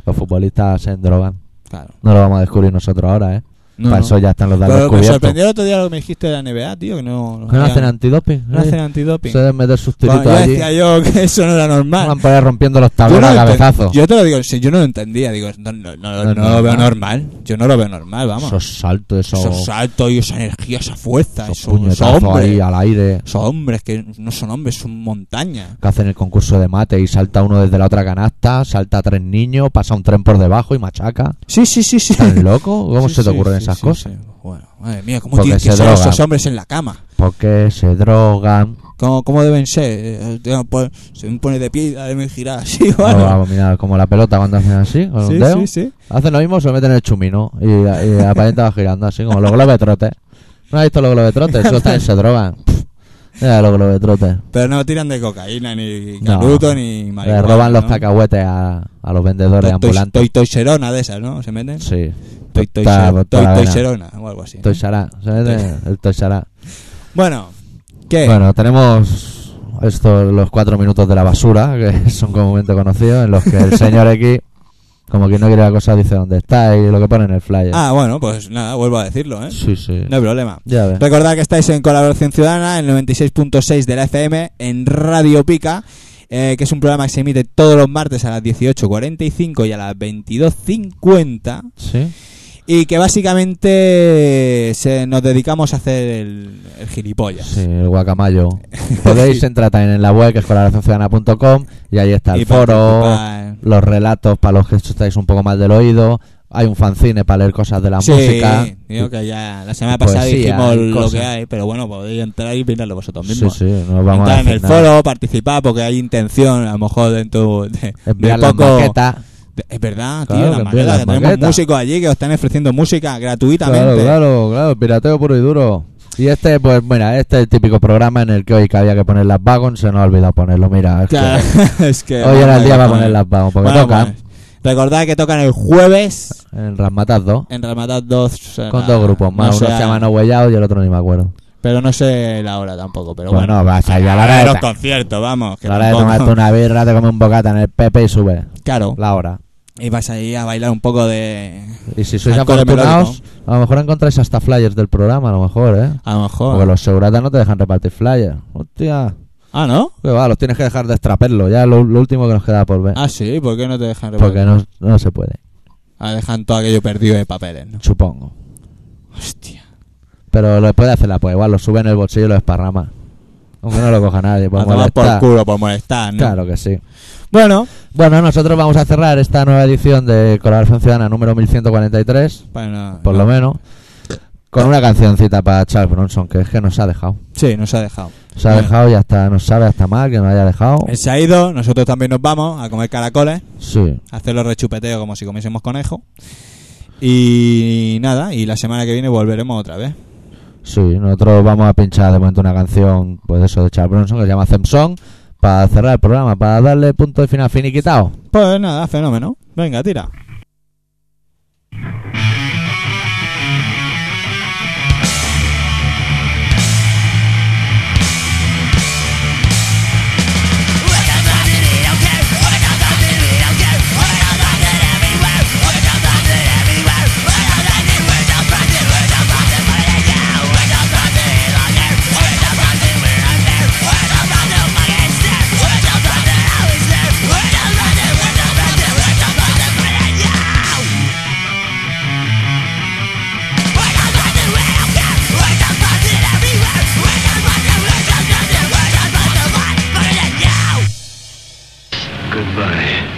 B: Los futbolistas se drogan.
A: claro.
B: No lo vamos a descubrir nosotros ahora, ¿eh?
A: No,
B: Para
A: no.
B: eso ya están los datos
A: Pero me
B: cubiertos.
A: sorprendió el otro día lo que me dijiste de la NBA, tío, que no,
B: Que no hacen
A: habían-
B: antidoping.
A: no hacen
B: eh.
A: antidoping.
B: Se deben meter sus
A: Bueno,
B: tiritos
A: ya
B: allí.
A: decía yo que eso no era normal.
B: Van por ahí rompiendo los
A: Yo,
B: tableros
A: no
B: a
A: enten-
B: cabezazo.
A: yo te lo digo, si yo no lo entendía, digo, no, no, no-
B: No es
A: no lo veo
B: normal.
A: normal. Yo no lo veo normal, vamos.
B: Esos saltos, esos,
A: Esos saltos y esa energía, esa fuerza,
B: esos
A: esos, esos
B: puñetazos ahí
A: hombres.
B: al aire.
A: Esos hombres que no son hombres, son montañas.
B: Que hacen el concurso de mate y salta uno desde la otra canasta, salta tres niños, pasa un tren por debajo y machaca.
A: Sí, sí, sí, sí.
B: ¿Estás loco? ¿Cómo
A: Sí,
B: se te
A: sí,
B: ocurren
A: sí,
B: esas
A: sí,
B: cosas?
A: sí. Bueno, madre mía, ¿cómo
B: Porque
A: tienen que
B: se
A: ser
B: drogan.
A: esos hombres en la cama?
B: Porque se drogan.
A: ¿Cómo, cómo deben ser? Eh, eh, pues, se me pone de pie y la deben girar así,
B: No,
A: bueno.
B: vamos, mira, como la pelota cuando hacen así, con
A: Sí,
B: un dedo.
A: sí, sí.
B: Hacen lo mismo, se meten en el chumino y, y aparenta va girando así, como los globetrotes. ¿No has visto los globetrotes? Eso también se drogan. Pff, Mira los globetrotes.
A: Pero no tiran de cocaína, ni
B: No.
A: canuto, ni
B: Le
A: marihuana.
B: roban los
A: ¿no?
B: cacahuetes a, a los vendedores
A: Toy-
B: ambulantes.
A: Toy Toiserona de esas, ¿no? Se meten.
B: sí.
A: Toy Toiser-
B: Tosta- toda la
A: Toy
B: vena.
A: Toiserona o algo así.
B: Toy Sará. Se meten el Toy Sará.
A: Bueno, ¿qué?
B: Bueno, tenemos estos los cuatro minutos de la basura, que son comúnmente conocidos, en los que el señor X, como que no quiere la cosa, dice dónde está y lo que pone en el flyer.
A: Ah, bueno, pues nada, vuelvo a decirlo, ¿eh?
B: sí, sí.
A: No hay problema.
B: Ya ves.
A: Recordad que estáis en Colaboración Ciudadana, en 96.6 de la FM, en Radio Pica, eh, que es un programa que se emite todos los martes a las 18.45 y a las 22.50,
B: Sí.
A: y que básicamente se, nos dedicamos a hacer el, el gilipollas.
B: Sí, el guacamayo. Podéis entrar también en la web que es colaboracionciudadana.com y ahí está el
A: Y
B: foro,
A: participar.
B: los relatos para los que estáis un poco más del oído. Hay un fanzine para leer cosas de la
A: Sí,
B: música.
A: digo que ya la semana
B: Poesía
A: pasada dijimos
B: y
A: lo
B: cosas.
A: que hay, pero bueno, podéis entrar y mirarlo vosotros
B: Sí,
A: mismos.
B: sí, no vamos
A: Entrar
B: a
A: en
B: decir
A: el
B: nada.
A: foro, participar, porque hay intención, a lo mejor dentro de, de
B: Enviar las
A: poco.
B: maquetas.
A: de- es verdad,
B: Claro,
A: tío,
B: que
A: las
B: envíen las
A: maquetas, que tenemos
B: maquetas.
A: músicos allí que os están ofreciendo música
B: Claro,
A: gratuitamente.
B: claro, claro, pirateo puro y duro. Y este, pues mira, este es el típico programa en el que hoy que había que poner las vagons, se nos ha olvidado ponerlo, mira. es que
A: Claro, es que
B: hoy era el día
A: vamos,
B: para poner las vagons, porque
A: Bueno,
B: tocan
A: pues, recordad que tocan el jueves
B: en Rasmatas 2,
A: en Ramataz 2. eh,
B: con dos grupos más,
A: no
B: uno
A: sé,
B: se llama No Huellado y el otro ni me acuerdo.
A: Pero no sé la hora tampoco, pero
B: Bueno,
A: bueno.
B: vas a ir a este. la hora
A: a
B: de,
A: los
B: ta-
A: conciertos, vamos. que
B: la hora de
A: tampoco-
B: tomarte una birra, te comes un bocata en el Pepe y sube
A: Claro.
B: la hora.
A: Y vas ahí a bailar un poco de.
B: Y si sois
A: Alcohol
B: afortunados, a lo mejor encontráis hasta flyers del programa, a lo mejor, ¿eh?
A: A lo mejor.
B: Porque los seguratas no te dejan repartir flyers. Hostia.
A: Ah, ¿no?
B: Que va, los tienes que dejar de extraperlo. Ya lo, lo último que nos queda por ver.
A: Ah, sí, ¿por qué no te dejan
B: porque
A: revolver?
B: no, no se puede.
A: Ah, dejan todo aquello perdido de papeles, ¿no?
B: Supongo.
A: Hostia.
B: Pero lo puede hacerla, pues igual lo sube en el bolsillo y lo esparrama. Aunque no lo coja nadie.
A: A
B: Pues
A: tomar por
B: molestar.
A: culo, por molestar, ¿no?
B: Claro que sí.
A: Bueno,
B: Bueno, nosotros vamos a cerrar esta nueva edición de Colaboración Ciudadana número 1143,
A: bueno,
B: por
A: no.
B: lo menos, con una cancioncita para Charles Bronson, que es que nos ha dejado.
A: Sí, nos ha dejado.
B: Se ha
A: Bueno.
B: dejado y hasta nos sabe hasta mal que nos haya dejado.
A: Él se ha ido, nosotros también nos vamos a comer caracoles,
B: Sí.
A: a hacer los rechupeteos como si comiésemos conejo. Y nada, y la semana que viene volveremos otra vez.
B: Sí, nosotros vamos a pinchar de momento una canción, pues eso, de Charles Bronson, que se llama Them Song, para cerrar el programa, para darle punto de final finiquitado.
A: Pues nada, fenómeno. Venga, tira.
H: Goodbye.